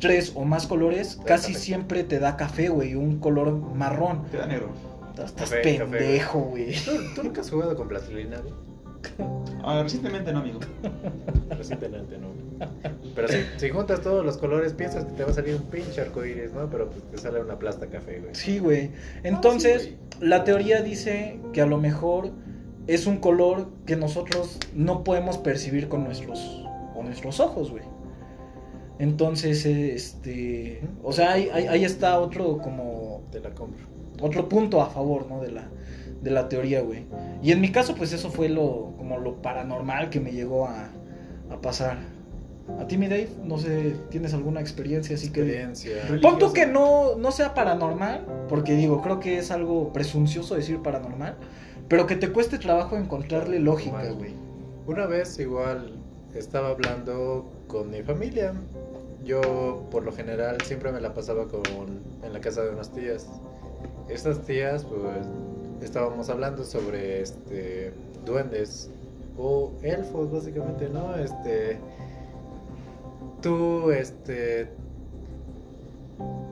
Speaker 2: tres o más colores,
Speaker 3: da
Speaker 2: casi
Speaker 3: café.
Speaker 2: siempre te da café, güey, un color marrón.
Speaker 4: Te da negro.
Speaker 2: Estás
Speaker 3: Café, café, güey.
Speaker 2: pendejo, güey.
Speaker 3: ¿Tú, tú nunca has jugado con plastilina, güey?
Speaker 4: Ah, recientemente no, amigo.
Speaker 3: Recientemente, ¿no? Pero si, si juntas todos los colores, piensas que te va a salir un pinche arcoíris, ¿no? Pero pues te sale una plasta café, güey.
Speaker 2: Sí, güey. Entonces,
Speaker 4: sí,
Speaker 2: la teoría dice que a lo mejor es un color que nosotros no podemos percibir con nuestros, con nuestros ojos, güey. Entonces, eh, este, o sea, ahí, ahí- ahí está otro como
Speaker 3: Te la compro.
Speaker 2: otro punto a favor, ¿no? De la de la teoría, güey. Y en mi caso, pues eso fue lo como lo paranormal que me llegó a, a pasar. A ti, mi Dave, no sé, ¿tienes alguna experiencia así
Speaker 3: Pues,
Speaker 2: que
Speaker 3: Experiencia.
Speaker 2: Pon tú que no, no sea paranormal, porque digo, creo que es algo presuncioso decir paranormal, pero que te cueste trabajo encontrarle lógica,
Speaker 3: Normal.
Speaker 2: güey.
Speaker 3: Una vez igual estaba hablando con mi familia. Yo por lo general siempre me la pasaba con, en la casa de unas tías. Estas tías pues estábamos hablando sobre este duendes o elfos básicamente, ¿no? Este tú este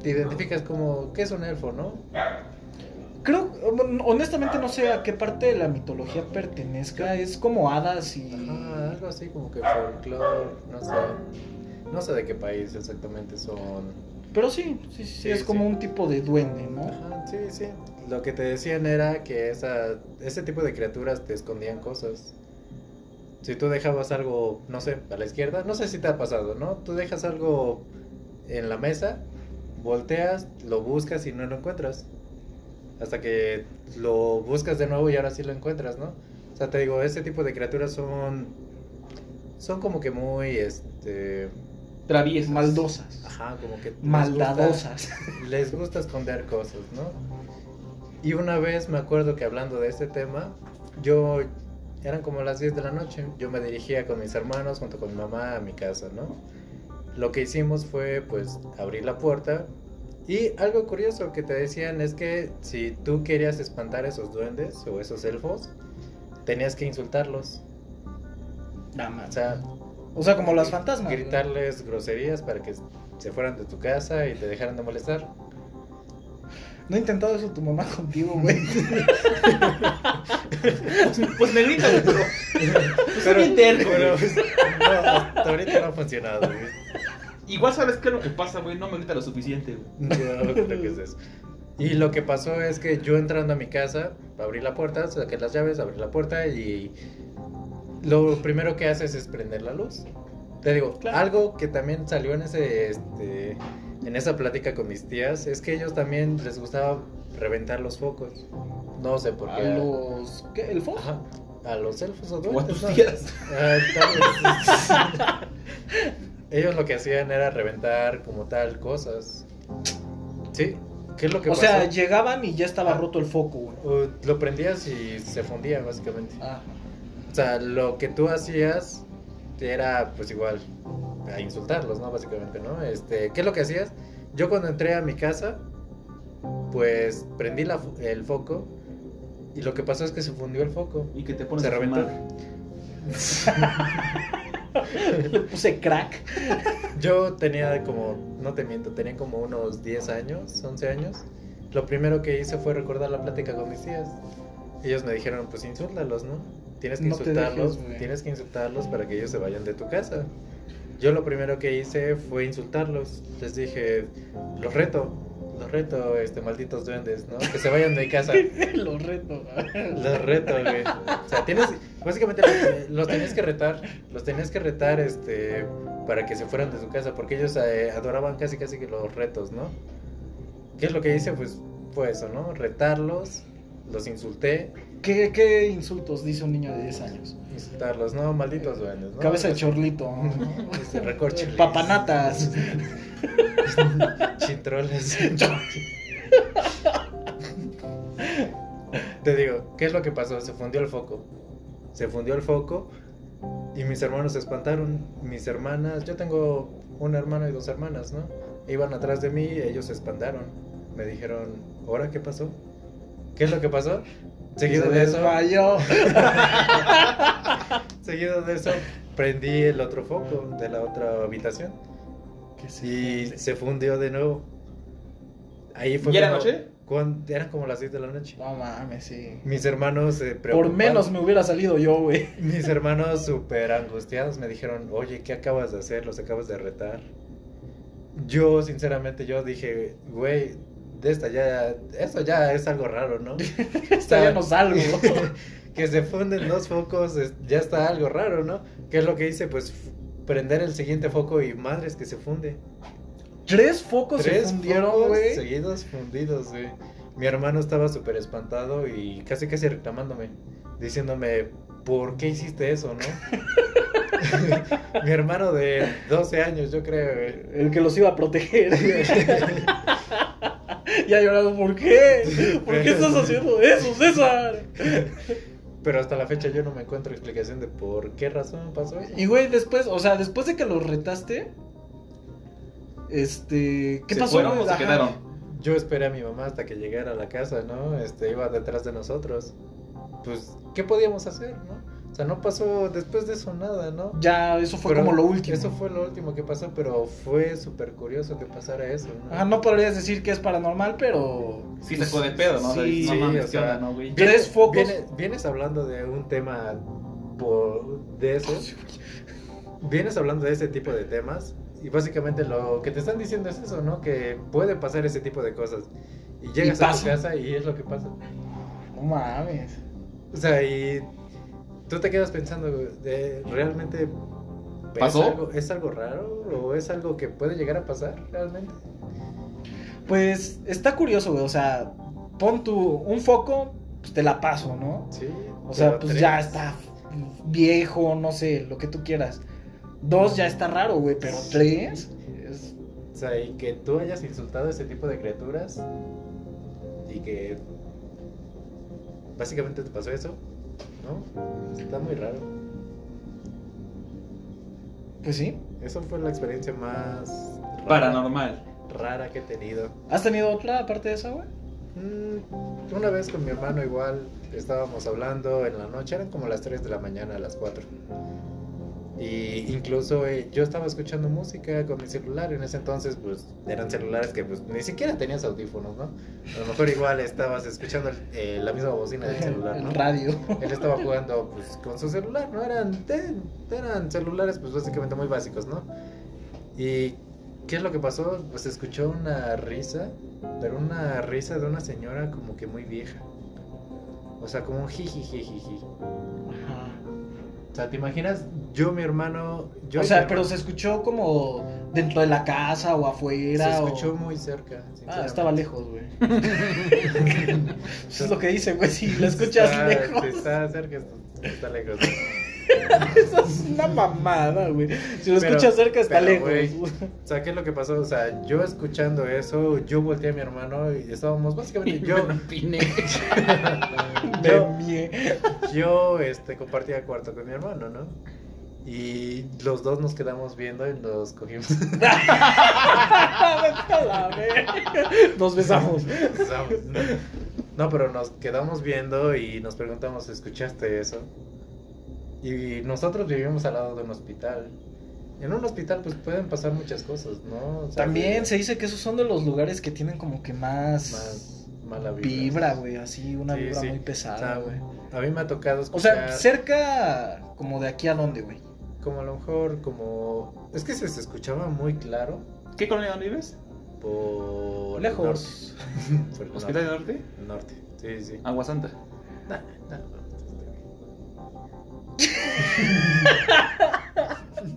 Speaker 3: te identificas como qué es un elfo, ¿no?
Speaker 2: Creo, bueno, honestamente no sé a qué parte de la mitología pertenezca, es como hadas y...
Speaker 3: Ajá, algo así como que folclore, no sé. No sé de qué país exactamente son
Speaker 2: Pero sí, sí, sí, sí,
Speaker 3: Sí,
Speaker 2: es como
Speaker 3: sí.
Speaker 2: un tipo de duende, ¿no?
Speaker 3: Ajá, sí, sí. Lo que te decían era que esa, ese tipo de criaturas te escondían cosas. Si tú dejabas algo, no sé, a la izquierda, no sé si te ha pasado, ¿no? Tú dejas algo en la mesa, volteas, lo buscas y no lo encuentras. Hasta que lo buscas de nuevo y ahora sí lo encuentras, ¿no? O sea, te digo, ese tipo de criaturas son. Son como que muy, este.
Speaker 4: Traviesas.
Speaker 2: Maldosas,
Speaker 3: Ajá, como que. les gusta-
Speaker 2: maldadosas.
Speaker 3: les gusta esconder cosas, ¿no? Y una vez me acuerdo que hablando de este tema, yo eran como las 10 de la noche, yo me dirigía con mis hermanos junto con mi mamá a mi casa, ¿no? Lo que hicimos fue pues abrir la puerta y algo curioso que te decían es que si tú querías espantar a esos duendes o esos elfos, tenías que insultarlos.
Speaker 2: Nada
Speaker 3: O
Speaker 2: más.
Speaker 3: sea,
Speaker 2: O sea, como las fantasmas. güey.
Speaker 3: gritarles groserías para que se fueran de tu casa y te dejaran de molestar.
Speaker 2: No he intentado eso tu mamá contigo, güey.
Speaker 4: Pues me grita, güey, pero.
Speaker 3: Pero,
Speaker 4: bien terco,
Speaker 3: pero, pues, no, hasta ahorita no ha funcionado, güey.
Speaker 4: Igual sabes qué es lo que pasa, güey. No me grita lo suficiente, güey.
Speaker 3: No creo que es eso. Y lo que pasó es que yo entrando a mi casa, abrí la puerta, saqué las llaves, abrí la puerta y lo primero que haces es prender la luz. Te digo,
Speaker 2: Claro.
Speaker 3: algo que también salió en ese este, en esa plática con mis tías es que ellos también les gustaba reventar los focos. No sé por
Speaker 2: A
Speaker 3: qué.
Speaker 2: los. ¿Qué? ¿El fondo?
Speaker 3: Ajá, a los elfos o
Speaker 4: O a
Speaker 3: duendes,
Speaker 4: tus
Speaker 3: ¿no?
Speaker 4: tías.
Speaker 3: Ah, tal vez. Ellos lo que hacían era reventar como tal cosas. ¿Sí? ¿Qué es lo que
Speaker 2: O
Speaker 3: pasó?
Speaker 2: sea, llegaban y ya estaba roto el foco, güey.
Speaker 3: Uh, lo prendías y se fundía básicamente.
Speaker 2: Ah.
Speaker 3: O sea, lo que tú hacías era pues igual a insultarlos, ¿no? Básicamente, ¿no? Este, ¿qué es lo que hacías? Yo cuando entré a mi casa, pues prendí la fu- el foco y lo que pasó es que se fundió el foco.
Speaker 4: Y que te pones
Speaker 3: Se
Speaker 4: a
Speaker 3: reventó.
Speaker 4: fumar.
Speaker 2: Le puse crack.
Speaker 3: Yo tenía como, no te miento, tenía como unos 10 años, 11 años. Lo primero que hice fue recordar la plática con mis tías. Ellos me dijeron, pues insúltalos, ¿no? Tienes que
Speaker 2: No te
Speaker 3: insultarlos,
Speaker 2: dejes, güey.
Speaker 3: tienes que insultarlos para que ellos se vayan de tu casa. Yo lo primero que hice fue insultarlos. Les dije, los reto, los reto, este, malditos duendes, ¿no? Que se vayan de mi casa.
Speaker 2: Lo reto. güey.
Speaker 3: Los reto, güey. O sea, tienes. Básicamente los, los tenías que retar. Los tenías que retar, este. Para que se fueran de su casa. Porque ellos eh, adoraban casi, casi que los retos, ¿no? ¿Qué es lo que hice? Pues fue eso, ¿no? Retarlos. Los insulté.
Speaker 2: ¿Qué, ¿Qué insultos dice un niño de 10 años?
Speaker 3: Insultarlos, ¿no? pues, Malditos duendes, ¿no?
Speaker 2: Cabeza de chorlito.
Speaker 3: Este, recorcholis.
Speaker 2: Papanatas.
Speaker 3: Chintroles. Te digo, ¿qué es lo que pasó? Se fundió el foco. Se fundió el foco y mis hermanos se espantaron. Mis hermanas, yo tengo un hermano y dos hermanas, ¿no? Iban atrás de mí y ellos se espantaron. Me dijeron, ¿ahora qué pasó? ¿Qué es lo que pasó? Seguido
Speaker 2: Se
Speaker 3: de eso,
Speaker 2: desmayó.
Speaker 3: seguido de eso, prendí el otro foco de la otra habitación y se fundió de nuevo. Ahí fue
Speaker 4: ¿Ya era
Speaker 3: cuando-
Speaker 4: noche?
Speaker 3: cuando- eran como las 6 de la noche.
Speaker 2: No mames, sí.
Speaker 3: Mis hermanos se
Speaker 2: Por menos me hubiera salido yo, güey.
Speaker 3: Mis hermanos súper angustiados me dijeron, oye, ¿qué acabas de hacer? Los acabas de retar. Yo, sinceramente, yo dije, güey, de esta ya, esto ya es algo raro, ¿no?
Speaker 2: Esta ya no salgo.
Speaker 3: Ah. que se funden dos focos, es- ya está algo raro, ¿no? ¿Qué es lo que hice? Pues f- prender el siguiente foco y madres que se funde.
Speaker 2: Tres focos Pues, se fundieron,
Speaker 3: focos
Speaker 2: güey.
Speaker 3: seguidos fundidos, güey. Mi hermano estaba súper espantado y casi casi reclamándome, diciéndome, ¿por qué hiciste eso, no? Mi hermano de 12 años, yo creo, güey.
Speaker 2: El que los iba a proteger. ya llorado, ¿por qué? ¿Por qué estás haciendo eso, César?
Speaker 3: Pero hasta la fecha yo no me encuentro explicación de por qué razón pasó eso.
Speaker 2: Y güey, después, o sea, después de que los retaste, este, ¿qué
Speaker 3: ¿Se
Speaker 2: pasó?
Speaker 4: ¿Fueron o
Speaker 2: güey?
Speaker 4: se
Speaker 2: Ajá.
Speaker 4: quedaron?
Speaker 3: Yo esperé a mi mamá hasta que llegara a la casa, ¿no? Este, iba detrás de nosotros. Pues, ¿qué podíamos hacer, no? O sea, no pasó después de eso nada, ¿no?
Speaker 2: Ya, eso fue
Speaker 3: Pero
Speaker 2: como lo último.
Speaker 3: Eso fue lo último que pasó, pero fue súper curioso que pasara eso. ¿no?
Speaker 2: Ajá, Ah, no podrías decir que es paranormal, pero
Speaker 4: Sí, sacó de pedo, ¿no? O sea,
Speaker 2: Sí,
Speaker 4: no
Speaker 3: sí,
Speaker 4: mames,
Speaker 3: o
Speaker 4: ¿qué
Speaker 3: sea,
Speaker 4: onda, no, güey?
Speaker 2: tres focos.
Speaker 3: Vienes, vienes hablando de un tema por, de ese. Vienes hablando de ese tipo de temas. Y básicamente lo que te están diciendo es eso, ¿no? Que puede pasar ese tipo de cosas. Y llegas a tu
Speaker 2: pasa.
Speaker 3: casa y es lo que pasa.
Speaker 2: no mames.
Speaker 3: O sea, y tú te quedas pensando, de, ¿realmente es
Speaker 4: ¿Pasó?
Speaker 3: algo- ¿Es algo raro? ¿O es algo que puede llegar a pasar realmente?
Speaker 2: Pues está curioso, güey, o sea, pon tu un foco, pues te la paso, ¿no?
Speaker 3: Sí.
Speaker 2: O sea,
Speaker 3: pero
Speaker 2: pues
Speaker 3: tres.
Speaker 2: ya está viejo, no sé, lo que tú quieras. Dos ya está raro, güey, pero tres es-
Speaker 3: O sea, y que tú hayas insultado a ese tipo de criaturas y que básicamente te pasó eso, ¿no? Está muy raro.
Speaker 2: pues sí.
Speaker 3: Eso fue la experiencia más rara,
Speaker 4: Paranormal.
Speaker 3: rara que he tenido.
Speaker 2: ¿Has tenido otra aparte de esa, güey?
Speaker 3: Mm, una vez con mi hermano igual estábamos hablando en la noche, eran como las 3 de la mañana, a las 4. Y incluso eh, yo estaba escuchando música con mi celular. En ese entonces, pues eran celulares que pues ni siquiera tenías audífonos, ¿no? A lo mejor igual estabas escuchando eh, la misma bocina del celular, ¿no?
Speaker 2: El radio.
Speaker 3: Él estaba jugando pues con su celular, ¿no? Eran, te- eran celulares pues básicamente muy básicos, ¿no? ¿Y qué es lo que pasó? Pues escuchó una risa, pero una risa de una señora como que muy vieja. O sea, como un jijijijiji.
Speaker 2: Ajá.
Speaker 3: O sea, ¿te imaginas? Yo, mi hermano... Yo
Speaker 2: o
Speaker 3: y mi
Speaker 2: sea,
Speaker 3: hermano-
Speaker 2: pero se escuchó como dentro de la casa o afuera.
Speaker 3: se
Speaker 2: o-
Speaker 3: escuchó muy cerca.
Speaker 2: Ah,
Speaker 3: sinceramente.
Speaker 2: estaba lejos, güey. Eso es lo que dice, güey. Si la escuchas
Speaker 3: Está-
Speaker 2: lejos.
Speaker 3: Está cerca, está- está lejos.
Speaker 2: Eso es una mamada, güey. Si lo
Speaker 3: Pero-
Speaker 2: escuchas cerca, está
Speaker 3: pero,
Speaker 2: lejos.
Speaker 3: güey, O sea, ¿qué es lo que pasó? O sea, yo escuchando eso, yo volteé a mi hermano y estábamos básicamente yo,
Speaker 2: De
Speaker 3: yo,
Speaker 2: mie-
Speaker 3: yo, este, compartía cuarto con mi hermano, ¿no? Y los dos nos quedamos viendo y nos cogimos.
Speaker 2: Vete a la verga. Nos besamos.
Speaker 3: Besamos, no. No, pero nos quedamos viendo y nos preguntamos, ¿escuchaste eso? Y nosotros vivimos al lado de un hospital. En un hospital pues pueden pasar muchas cosas, ¿no? O sea,
Speaker 2: También
Speaker 3: que-
Speaker 2: se dice que esos son de los lugares que tienen como que más,
Speaker 3: Más mala vibra.
Speaker 2: vibra, güey. Así, una
Speaker 3: Sí,
Speaker 2: vibra
Speaker 3: sí.
Speaker 2: muy
Speaker 3: O sea,
Speaker 2: pesada, güey.
Speaker 3: A mí me ha tocado
Speaker 2: O
Speaker 3: escuchar.
Speaker 2: sea, cerca como de aquí a dónde, güey.
Speaker 3: Como a lo mejor, como. Es que se se escuchaba muy claro
Speaker 4: ¿Qué colonia dónde vives?
Speaker 3: por. el
Speaker 2: Lejos.
Speaker 3: norte. Por el
Speaker 2: Pues,
Speaker 4: ¿Hospital del
Speaker 3: norte.
Speaker 4: Norte?
Speaker 3: norte. Sí, sí.
Speaker 2: Ah.
Speaker 4: Agua Santa.
Speaker 3: Nah, nah, no.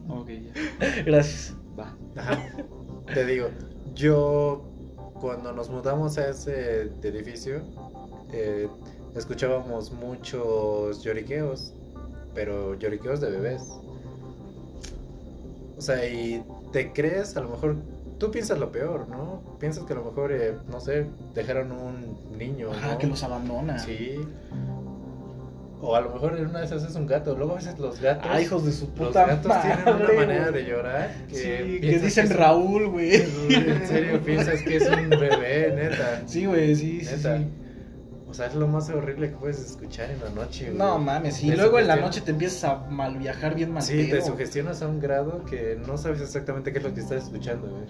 Speaker 4: Ok, ya.
Speaker 2: Gracias.
Speaker 4: Va.
Speaker 3: Ajá. Te digo, yo. Cuando nos mudamos a ese edificio, eh, escuchábamos muchos lloriqueos, pero lloriqueos de bebés. O sea, y te crees, a lo mejor, tú piensas lo peor, ¿no? Piensas que a lo mejor, eh, no sé, dejaron un niño,
Speaker 2: Ajá,
Speaker 3: ¿no?
Speaker 2: que los abandona.
Speaker 3: Sí. O a lo mejor en una de esas es un gato. Luego a veces los gatos.
Speaker 2: Ah, hijos de su
Speaker 3: los
Speaker 2: puta
Speaker 3: gatos
Speaker 2: madre,
Speaker 3: tienen una
Speaker 2: güey.
Speaker 3: manera de llorar que,
Speaker 2: Sí, que
Speaker 3: piensas
Speaker 2: dicen
Speaker 3: es un-
Speaker 2: Raúl, güey.
Speaker 3: En serio, piensas que es un bebé, neta.
Speaker 2: Sí, güey, sí, sí,
Speaker 3: neta.
Speaker 2: sí.
Speaker 3: O sea, es lo más horrible que puedes escuchar en la noche. güey.
Speaker 2: No mames, y
Speaker 3: Te
Speaker 2: luego en la
Speaker 3: sugestionas-
Speaker 2: noche te empiezas a mal viajar bien mal.
Speaker 3: Sí, te
Speaker 2: pedo.
Speaker 3: sugestionas a un grado que no sabes exactamente qué es lo que estás escuchando, güey.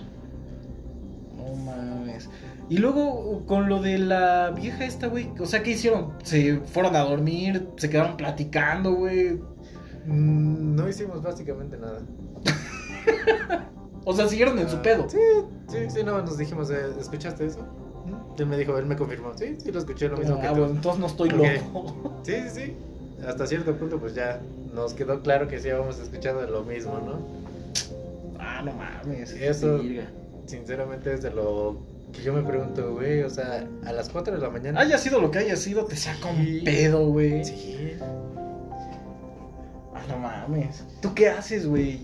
Speaker 2: No mames. Y luego con lo de la vieja esta, güey. O sea, ¿qué hicieron? Se fueron a dormir, se quedaron platicando, güey.
Speaker 3: Mm, No hicimos básicamente nada.
Speaker 2: O sea, siguieron en su
Speaker 3: Ah,
Speaker 2: pedo.
Speaker 3: Sí, sí, sí, no, nos dijimos, eh, ¿escuchaste eso? Mm. Él me dijo, él me confirmó, sí, sí, lo escuché, lo mismo que
Speaker 2: Ah,
Speaker 3: tú.
Speaker 2: bueno, entonces no estoy
Speaker 3: Ok.
Speaker 2: loco.
Speaker 3: Sí, sí, sí. Hasta cierto punto, pues ya nos quedó claro que sí íbamos escuchando lo mismo, ¿no?
Speaker 2: Ah, no mames.
Speaker 3: Eso,
Speaker 4: Virga.
Speaker 3: sinceramente, es de lo que yo me pregunto, güey, o sea, a las 4 de la mañana.
Speaker 4: Ah,
Speaker 2: Haya sido lo que haya sido, te saca un
Speaker 3: Sí.
Speaker 2: pedo, güey.
Speaker 3: Sí.
Speaker 2: Ah, no mames. ¿Tú qué haces, güey?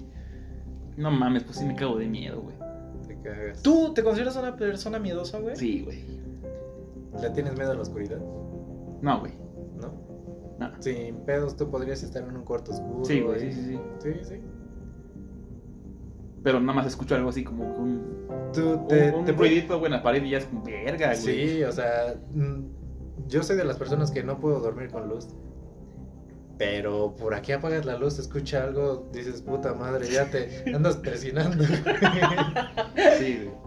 Speaker 4: No mames, pues sí me cago de miedo, güey.
Speaker 3: Te cagas.
Speaker 2: ¿Tú te consideras una persona miedosa, güey?
Speaker 4: Sí, güey.
Speaker 3: ¿Le tienes miedo a la oscuridad?
Speaker 4: No, güey.
Speaker 3: ¿No?
Speaker 4: No.
Speaker 3: Sin pedos, tú podrías estar en un cuarto oscuro.
Speaker 4: Sí, güey,
Speaker 3: y-
Speaker 4: sí, sí, sí.
Speaker 3: Sí, sí.
Speaker 4: Pero nada más escucho algo así como un,
Speaker 3: Tú te,
Speaker 4: un, un
Speaker 3: te
Speaker 4: ruidito, güey, en la pared y ya es como verga, güey.
Speaker 3: Sí, o sea, mm, yo soy de las personas que no puedo dormir con luz. Pero por aquí apagas la luz, escucha algo, dices, puta madre, ya te andas presionando.
Speaker 4: Sí, güey.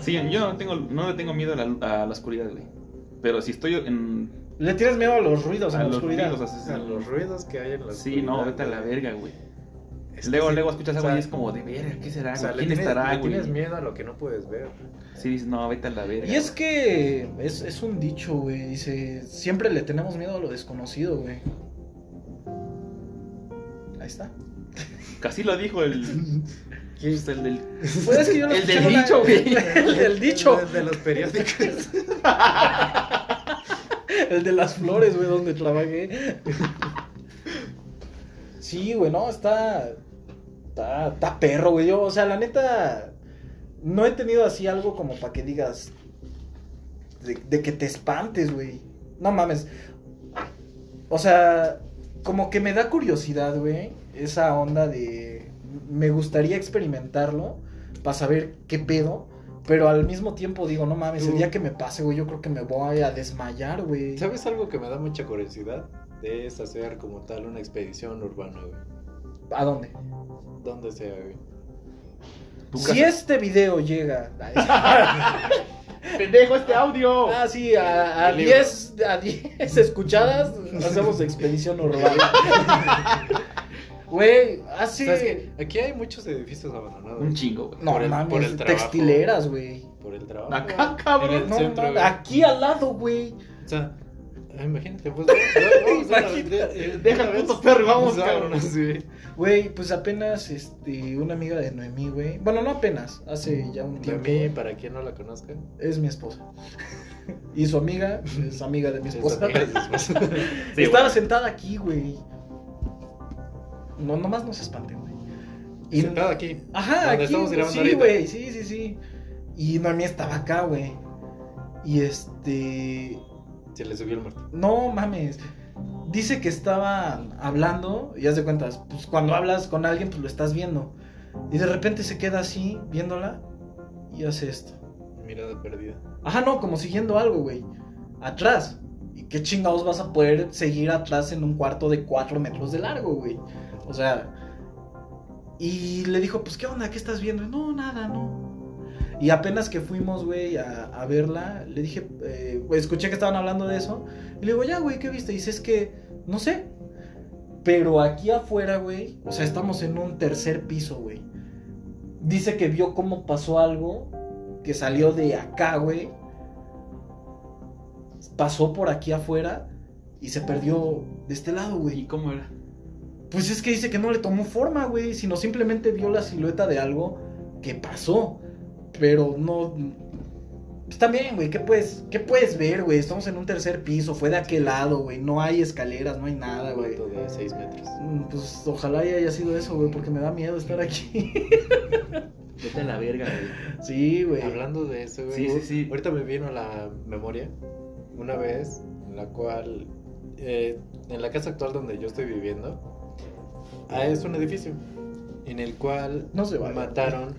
Speaker 4: Sí, yo no, tengo, no le tengo miedo a la, a la oscuridad, güey. Pero si estoy en.
Speaker 2: Le tienes miedo a los ruidos, a,
Speaker 4: a
Speaker 2: la oscuridad.
Speaker 4: ruidos, así,
Speaker 3: a los ruidos que hay en la
Speaker 4: Sí, no,
Speaker 3: oscuridad,
Speaker 4: vete a la
Speaker 3: güey.
Speaker 4: verga, güey.
Speaker 3: Es que
Speaker 4: Luego,
Speaker 3: sí,
Speaker 4: luego escuchas
Speaker 3: o
Speaker 4: algo
Speaker 3: sea,
Speaker 4: y es como de verga, ¿qué será?
Speaker 3: O sea,
Speaker 4: güey?
Speaker 3: le
Speaker 4: ¿Quién
Speaker 3: tienes,
Speaker 4: estará,
Speaker 3: le tienes
Speaker 4: güey?
Speaker 3: miedo a lo que no puedes ver.
Speaker 4: Sí, dices, no, vete a la verga.
Speaker 2: Y es
Speaker 4: güey.
Speaker 2: que es, es un dicho, güey. Dice, siempre le tenemos miedo a lo desconocido, güey. Ahí está.
Speaker 4: Casi lo dijo el. pues, el del.
Speaker 2: Pues es que yo lo
Speaker 4: El
Speaker 2: escuché
Speaker 4: del
Speaker 2: en una-
Speaker 4: dicho, güey.
Speaker 2: El del dicho.
Speaker 3: De los periódicos.
Speaker 2: El de las flores, güey, donde trabajé. Sí, güey, no, está. Está, está perro, güey. Yo, o sea, la neta. No he tenido así algo como para que digas. De, de que te espantes, güey. No mames. O sea, como que me da curiosidad, güey. Esa onda de. Me gustaría experimentarlo. Para saber qué pedo. Pero al mismo tiempo digo, no mames, el
Speaker 3: Tú-
Speaker 2: día que me pase, güey, yo creo que me voy a desmayar, güey.
Speaker 3: ¿Sabes algo que me da mucha curiosidad? Es hacer como tal una expedición urbana, güey.
Speaker 2: ¿A dónde?
Speaker 3: ¿Dónde sea, güey?
Speaker 4: Tu
Speaker 2: Si
Speaker 4: casa.
Speaker 2: este video llega.
Speaker 5: ¡Pendejo este audio!
Speaker 2: Ah, sí, a a
Speaker 3: El libro.
Speaker 2: 10 a 10 escuchadas hacemos expedición urbana. Güey,
Speaker 3: ¿Sabes
Speaker 2: hace.
Speaker 3: qué? Aquí hay muchos edificios abandonados.
Speaker 4: Un chingo, güey.
Speaker 2: No
Speaker 3: Por el-
Speaker 2: mames,
Speaker 3: por el trabajo.
Speaker 2: textileras, güey.
Speaker 3: Por el trabajo.
Speaker 4: Acá,
Speaker 3: En el
Speaker 4: cabrón.
Speaker 2: No
Speaker 3: centro,
Speaker 2: mames,
Speaker 3: güey.
Speaker 2: aquí al lado, güey.
Speaker 3: O sea, ah, imagínate, pues. vamos a-
Speaker 5: Imagínate,
Speaker 3: eh,
Speaker 5: deja
Speaker 3: una
Speaker 5: el puto
Speaker 3: vez- Pues, ah,
Speaker 5: perro y vamos,
Speaker 3: vámonos, güey.
Speaker 2: Güey, pues apenas este, una amiga de Noemí, güey. Bueno, no apenas, hace ya un
Speaker 3: Y a
Speaker 2: tiempo.
Speaker 3: Mm, mí, para quien no la conozca,
Speaker 2: Es mi esposa. Y su amiga es amiga de mi
Speaker 3: es
Speaker 2: esposa.
Speaker 3: amiga de su esposa.
Speaker 4: Sí,
Speaker 2: Estaba
Speaker 4: güey.
Speaker 2: sentada aquí, güey. No, nomás no se espanten, güey. Y-
Speaker 3: Sentada aquí.
Speaker 2: Ajá,
Speaker 3: donde
Speaker 2: aquí.
Speaker 3: estamos grabando
Speaker 2: sí,
Speaker 3: ahorita.
Speaker 2: güey, sí, sí, sí. Y Noemí estaba acá, güey. Y este.
Speaker 3: Se le subió el muerto.
Speaker 2: No mames. Dice que estaba hablando, y haz de cuentas, pues cuando hablas con alguien, pues lo estás viendo. Y de repente se queda así, viéndola, y hace esto.
Speaker 3: Mirada perdida.
Speaker 2: Ajá, no, como siguiendo algo, güey. Atrás. ¿Y qué chingados vas a poder seguir atrás en un cuarto de 4 metros de largo, güey? O sea. Y le dijo, pues, ¿qué onda? ¿Qué estás viendo? No, nada, no. Y apenas que fuimos, güey, a, a verla, le dije, eh, güey, escuché que estaban hablando de eso. Y le digo, ya, güey, ¿qué viste? Y dice, es que, no sé. Pero aquí afuera, güey, o sea, estamos en un tercer piso, güey. Dice que vio cómo pasó algo que salió de acá, güey. Pasó por aquí afuera y se perdió de este lado,
Speaker 4: ¿Y
Speaker 2: güey.
Speaker 4: cómo era?
Speaker 2: Pues es que dice que no le tomó forma, güey, sino simplemente vio la silueta de algo que pasó. Pero no. Pues también, güey, ¿qué puedes, ¿qué puedes ver, güey? Estamos en un tercer piso, fue de aquel lado, güey. No hay escaleras, no hay nada, Ah, güey.
Speaker 3: Cuarto de 6 metros.
Speaker 2: Mm, Pues ojalá ya haya sido eso, güey, porque me da miedo estar aquí.
Speaker 4: Vete a la verga, güey.
Speaker 2: sí, güey.
Speaker 3: Hablando de eso, güey.
Speaker 4: Sí, sí, sí.
Speaker 3: Ahorita me vino a la memoria una vez en la cual, eh, en la casa actual donde yo estoy viviendo, ah, es un edificio en el cual
Speaker 2: No se va.
Speaker 3: mataron,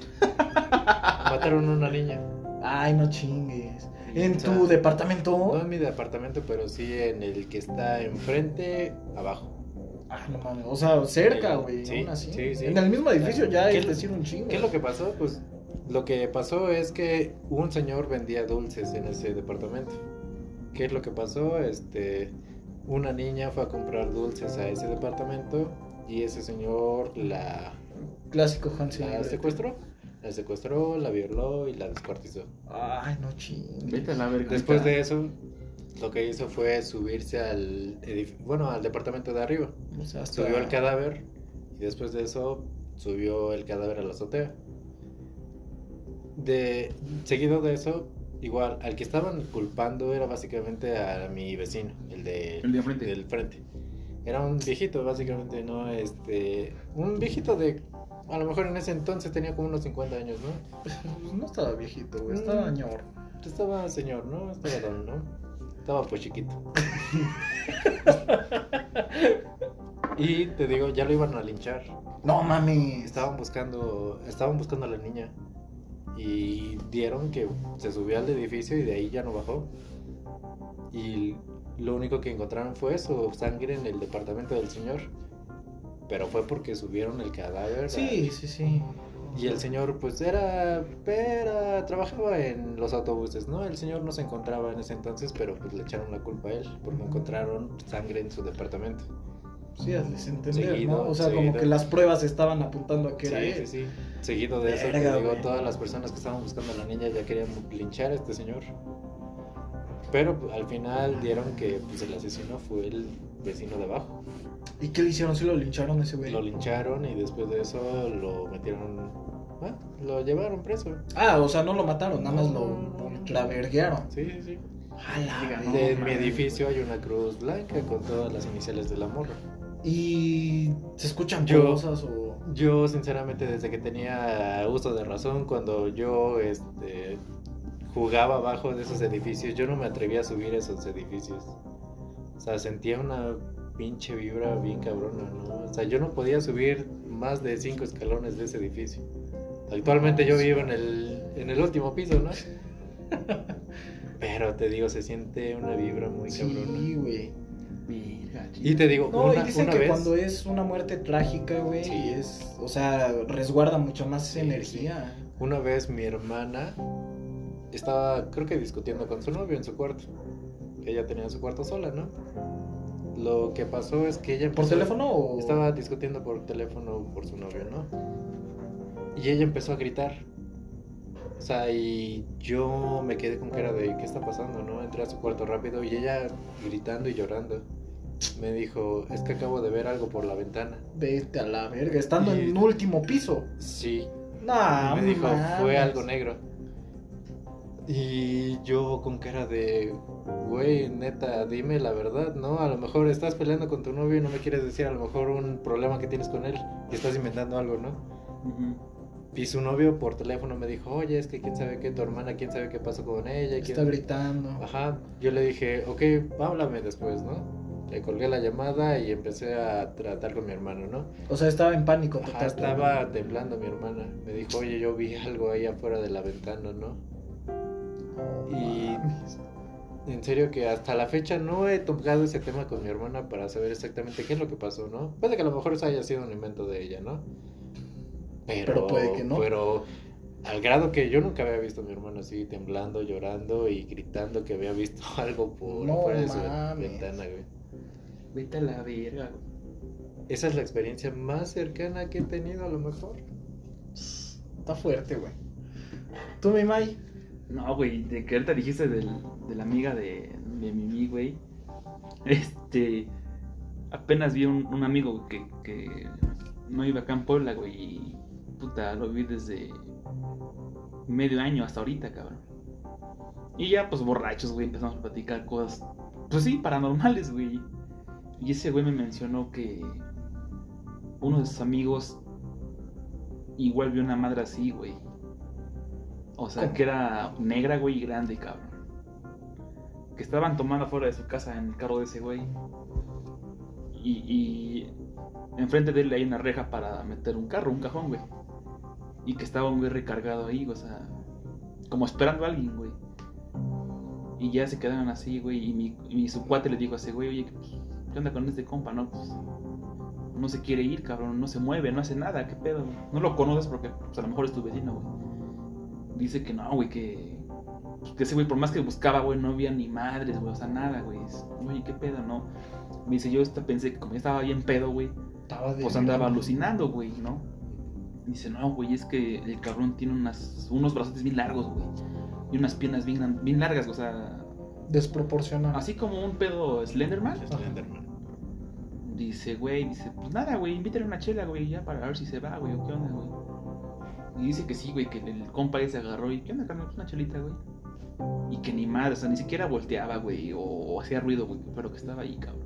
Speaker 3: mataron a una niña.
Speaker 2: Ay, no chingues. En
Speaker 3: O sea,
Speaker 2: tu departamento.
Speaker 3: No en mi departamento, pero sí en el que está enfrente, abajo.
Speaker 2: Ah, no mames. O sea, cerca,
Speaker 3: Sí,
Speaker 2: güey.
Speaker 3: sí,
Speaker 2: aún así.
Speaker 3: sí, sí.
Speaker 2: En el mismo edificio
Speaker 3: Claro.
Speaker 2: ya
Speaker 3: ¿Qué
Speaker 2: es
Speaker 3: lo-
Speaker 2: decir un chingo.
Speaker 3: ¿Qué es lo que pasó? Pues lo que pasó es que un señor vendía dulces en ese departamento. ¿Qué es lo que pasó? Este, una niña fue a comprar dulces a ese departamento y ese señor la,
Speaker 2: Clásico Hansel. y
Speaker 3: la
Speaker 2: Gretel.
Speaker 3: secuestró. La secuestró, la violó y la descuartizó.
Speaker 2: Ay, no chingues.
Speaker 4: Vete a la verga.
Speaker 3: Después
Speaker 4: Ahí
Speaker 3: de eso, lo que hizo fue subirse al edif- bueno, al departamento de arriba.
Speaker 2: O sea, hasta-
Speaker 3: Subió el cadáver y después de eso subió el cadáver a la azotea. De, seguido de eso, igual, al que estaban culpando era básicamente a mi vecino, el de,
Speaker 4: está. El de enfrente.
Speaker 3: del frente. Era un viejito, básicamente, ¿no? Este, un viejito de, a lo mejor en ese entonces tenía como unos 50 años, ¿no?
Speaker 2: Pues No estaba viejito, güey. Estaba
Speaker 3: Mm.
Speaker 2: ñor.
Speaker 3: Estaba señor, ¿no? Estaba don, ¿no? Estaba pues chiquito. Y te digo, ya lo iban a linchar.
Speaker 2: No mami.
Speaker 3: Estaban buscando, estaban buscando a la niña y vieron que se subió al edificio y de ahí ya no bajó. Y lo único que encontraron fue su sangre en el departamento del señor. Pero fue porque subieron el cadáver. a-
Speaker 2: Sí, sí, sí.
Speaker 3: Y el señor pues era, era, trabajaba en los autobuses, ¿no? El señor no se encontraba en ese entonces, pero pues le echaron la culpa a él porque encontraron sangre en su departamento.
Speaker 2: Sí, hazles entender,
Speaker 3: Seguido,
Speaker 2: ¿no? O sea, como
Speaker 3: seguido.
Speaker 2: que las pruebas estaban apuntando a que
Speaker 3: Sí,
Speaker 2: era
Speaker 3: sí,
Speaker 2: él.
Speaker 3: sí. Seguido de eso, te
Speaker 2: Verga,
Speaker 3: digo,
Speaker 2: güey.
Speaker 3: todas las personas que estaban buscando a la niña ya querían linchar a este señor. Pero pues, al final dieron que pues, el asesino fue el vecino de abajo.
Speaker 2: ¿Y qué le hicieron? ¿Sí lo lincharon a ese güey?
Speaker 3: Lo lincharon y después de eso lo metieron. ah, lo llevaron preso.
Speaker 2: Ah, o sea, no lo mataron, nada más
Speaker 3: No,
Speaker 2: lo
Speaker 3: no, no.
Speaker 2: traverguearon.
Speaker 3: Sí, sí, sí.
Speaker 2: A la
Speaker 4: Diga,
Speaker 2: verga.
Speaker 4: No,
Speaker 3: De mi
Speaker 4: mames,
Speaker 3: edificio hay una cruz blanca con todas las iniciales de la morra.
Speaker 2: ¿Y se escuchan
Speaker 3: Yo-
Speaker 2: cosas o...?
Speaker 3: Yo, sinceramente, desde que tenía uso de razón, cuando yo este, jugaba abajo de esos edificios, yo no me atrevía a subir esos edificios. O sea, sentía una pinche vibra bien cabrona, ¿no? O sea, yo no podía subir más de cinco escalones de ese edificio. Actualmente yo vivo en el, en el último piso, ¿no? Pero te digo, se siente una vibra muy cabrona.
Speaker 2: Sí, güey.
Speaker 4: Verga,
Speaker 5: Y te digo,
Speaker 2: No,
Speaker 5: una,
Speaker 2: y dicen
Speaker 5: una
Speaker 2: que
Speaker 5: vez.
Speaker 2: cuando es una muerte trágica, güey,
Speaker 3: Sí.
Speaker 2: es, o sea, resguarda mucho más
Speaker 3: Sí,
Speaker 2: energía.
Speaker 3: Una vez mi hermana estaba, creo que discutiendo con su novio en su cuarto. Ella tenía su cuarto sola, ¿no? Lo que pasó es que ella
Speaker 2: ¿Por
Speaker 3: empezó-
Speaker 2: teléfono o...?
Speaker 3: Estaba discutiendo por teléfono por su novio, ¿no? Y ella empezó a gritar. O sea, y yo me quedé con cara de, ¿qué está pasando? ¿No? Entré a su cuarto rápido y ella gritando y llorando. Me dijo, es que acabo de ver algo por la ventana.
Speaker 2: Vete a la verga, estando
Speaker 3: Y-
Speaker 2: en último piso.
Speaker 3: Sí.
Speaker 2: Nah,
Speaker 3: Y me dijo, fue
Speaker 2: mames.
Speaker 3: algo negro. Y yo con cara de, güey, neta, dime la verdad, ¿no? A lo mejor estás peleando con tu novio y no me quieres decir a lo mejor un problema que tienes con él y estás inventando algo, ¿no? Y su novio por teléfono me dijo, oye, es que quién sabe qué, tu hermana, quién sabe qué pasó con ella. quién-
Speaker 2: Está gritando.
Speaker 3: Ajá, yo le dije, ok, háblame después, ¿no? Le colgué la llamada y empecé a tratar con mi hermano, ¿no?
Speaker 2: O sea, estaba en pánico
Speaker 3: Ajá,
Speaker 2: total.
Speaker 3: estaba temblando mi hermana. Me dijo, oye, yo vi algo ahí afuera de la ventana, ¿no? Y en serio que hasta la fecha no he tocado ese tema con mi hermana para saber exactamente qué es lo que pasó, ¿no? Puede que a lo mejor eso haya sido un invento de ella, ¿no? Pero,
Speaker 2: Pero puede que no.
Speaker 3: Pero al grado que yo nunca había visto a mi hermana así temblando, llorando y gritando que había visto algo por
Speaker 2: No
Speaker 3: afuera de su
Speaker 2: mames.
Speaker 3: ventana, güey.
Speaker 4: Vete a la verga.
Speaker 3: Esa es la experiencia más cercana que he tenido a lo mejor.
Speaker 2: Está fuerte, güey. Tú, mi May.
Speaker 4: No, güey, de que ahorita dijiste del, de la amiga de, de Mimi, güey. Este. Apenas vi un, un amigo que, que no iba acá en Puebla, güey. Y puta, lo vi desde medio año hasta ahorita, cabrón. Y ya, pues borrachos, güey, empezamos a platicar cosas, pues sí, paranormales, güey. Y ese güey me mencionó que uno de sus amigos igual vio una madre así, güey. O sea,
Speaker 2: ¿Cómo?
Speaker 4: que era negra, güey, y grande, cabrón. Que estaban tomando afuera de su casa en el carro de ese güey. Y, y enfrente de él hay una reja para meter un carro, un cajón, güey. Y que estaba un güey recargado ahí, o sea, como esperando a alguien, güey. Y ya se quedaron así, güey. Y, mi, y su cuate le dijo a ese güey, oye, pues, ¿qué onda con este compa? No, pues no se quiere ir, cabrón. No se mueve, no hace nada. ¿Qué pedo? güey? No lo conoces porque pues, a lo mejor es tu vecino, güey. Dice que no, güey, que, pues, que ese güey, por más que buscaba, güey, no había ni madres, güey. O sea, nada, güey. Es, Oye, ¿qué pedo? No. Me dice, yo hasta pensé que como ya estaba bien pedo, güey,
Speaker 2: Estaba de.
Speaker 4: pues andaba alucinando, güey, ¿no? Dice, no, güey, es que el cabrón tiene unas, unos brazotes bien largos, güey. Y unas piernas bien, gran- bien largas, o sea,
Speaker 2: Desproporcionado.
Speaker 4: así como un pedo Slenderman.
Speaker 3: Slenderman.
Speaker 4: Dice, güey, dice, pues nada, güey, invítale una chela, güey, ya para ver si se va, güey, o qué onda, güey. Y dice que sí, güey, que el compa ese agarró y, ¿qué onda, carnal? Pues una chelita, güey. Y que ni madre, o sea, ni siquiera volteaba, güey, o, o hacía ruido, güey, pero que estaba ahí, cabrón.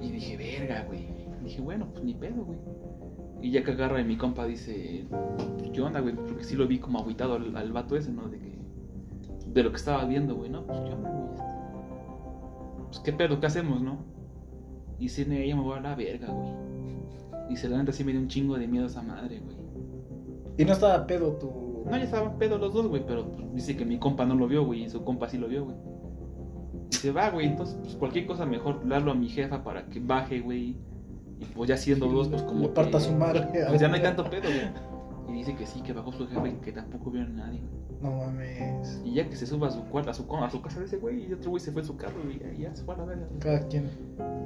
Speaker 4: Y dije, verga, güey. Dije, bueno, pues ni pedo, güey. Y ya que agarra y mi compa dice, ¿qué onda, güey? Porque sí lo vi como aguitado al, al vato ese, ¿no? De que, de lo que estaba viendo, güey, ¿no? Pues, ¿qué onda, güey? Pues, ¿qué pedo? ¿Qué hacemos, no? Y si no, ella me voy a la verga, güey. Y se levanta así me dio un chingo de miedo a esa madre, güey.
Speaker 2: Y no estaba pedo tu.
Speaker 4: No, ya estaban pedos los dos, güey, pero pues, dice que mi compa no lo vio, güey, y su compa sí lo vio, güey. Y se va, güey, entonces pues, cualquier cosa mejor darlo a mi jefa para que baje, güey. Y pues ya siendo dos, pues como
Speaker 2: Le parta su madre.
Speaker 4: Pues ya no hay tanto pedo, güey. Y dice que sí, que bajó su jefa y que tampoco vio a nadie, güey.
Speaker 2: No mames.
Speaker 4: Y ya que se suba a su cuarto, a su, co- a su casa de ese güey, y otro güey se fue a su carro, güey, y ya se fue a la verga. güey.
Speaker 2: Cada quien.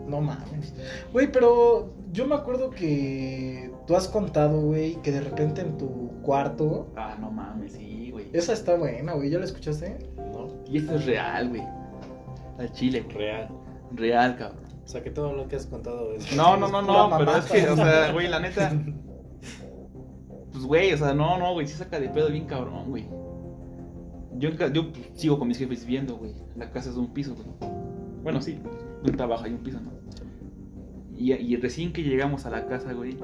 Speaker 2: No mames. Güey, pero yo me acuerdo que tú has contado, güey, que de repente en tu cuarto.
Speaker 4: Ah, no mames, sí, güey.
Speaker 2: Esa está buena, güey. ¿Ya la escuchaste?
Speaker 3: ¿No?
Speaker 4: Y esto es real, güey. Al chile, güey.
Speaker 3: Real.
Speaker 4: Real, cabrón.
Speaker 3: O sea, que todo lo que has contado es...
Speaker 4: No, no, no, no,
Speaker 2: Pura
Speaker 4: pero
Speaker 2: mamada.
Speaker 4: es que, o sea, güey, la neta. Pues, güey, o sea, no, no, güey, sí saca de pedo bien cabrón, güey. Yo, en ca- yo pues, sigo con mis jefes viviendo, güey. La casa es de un piso, güey. Bueno, sí, de un trabajo y un piso, ¿no? Y, y recién que llegamos a la casa, güey.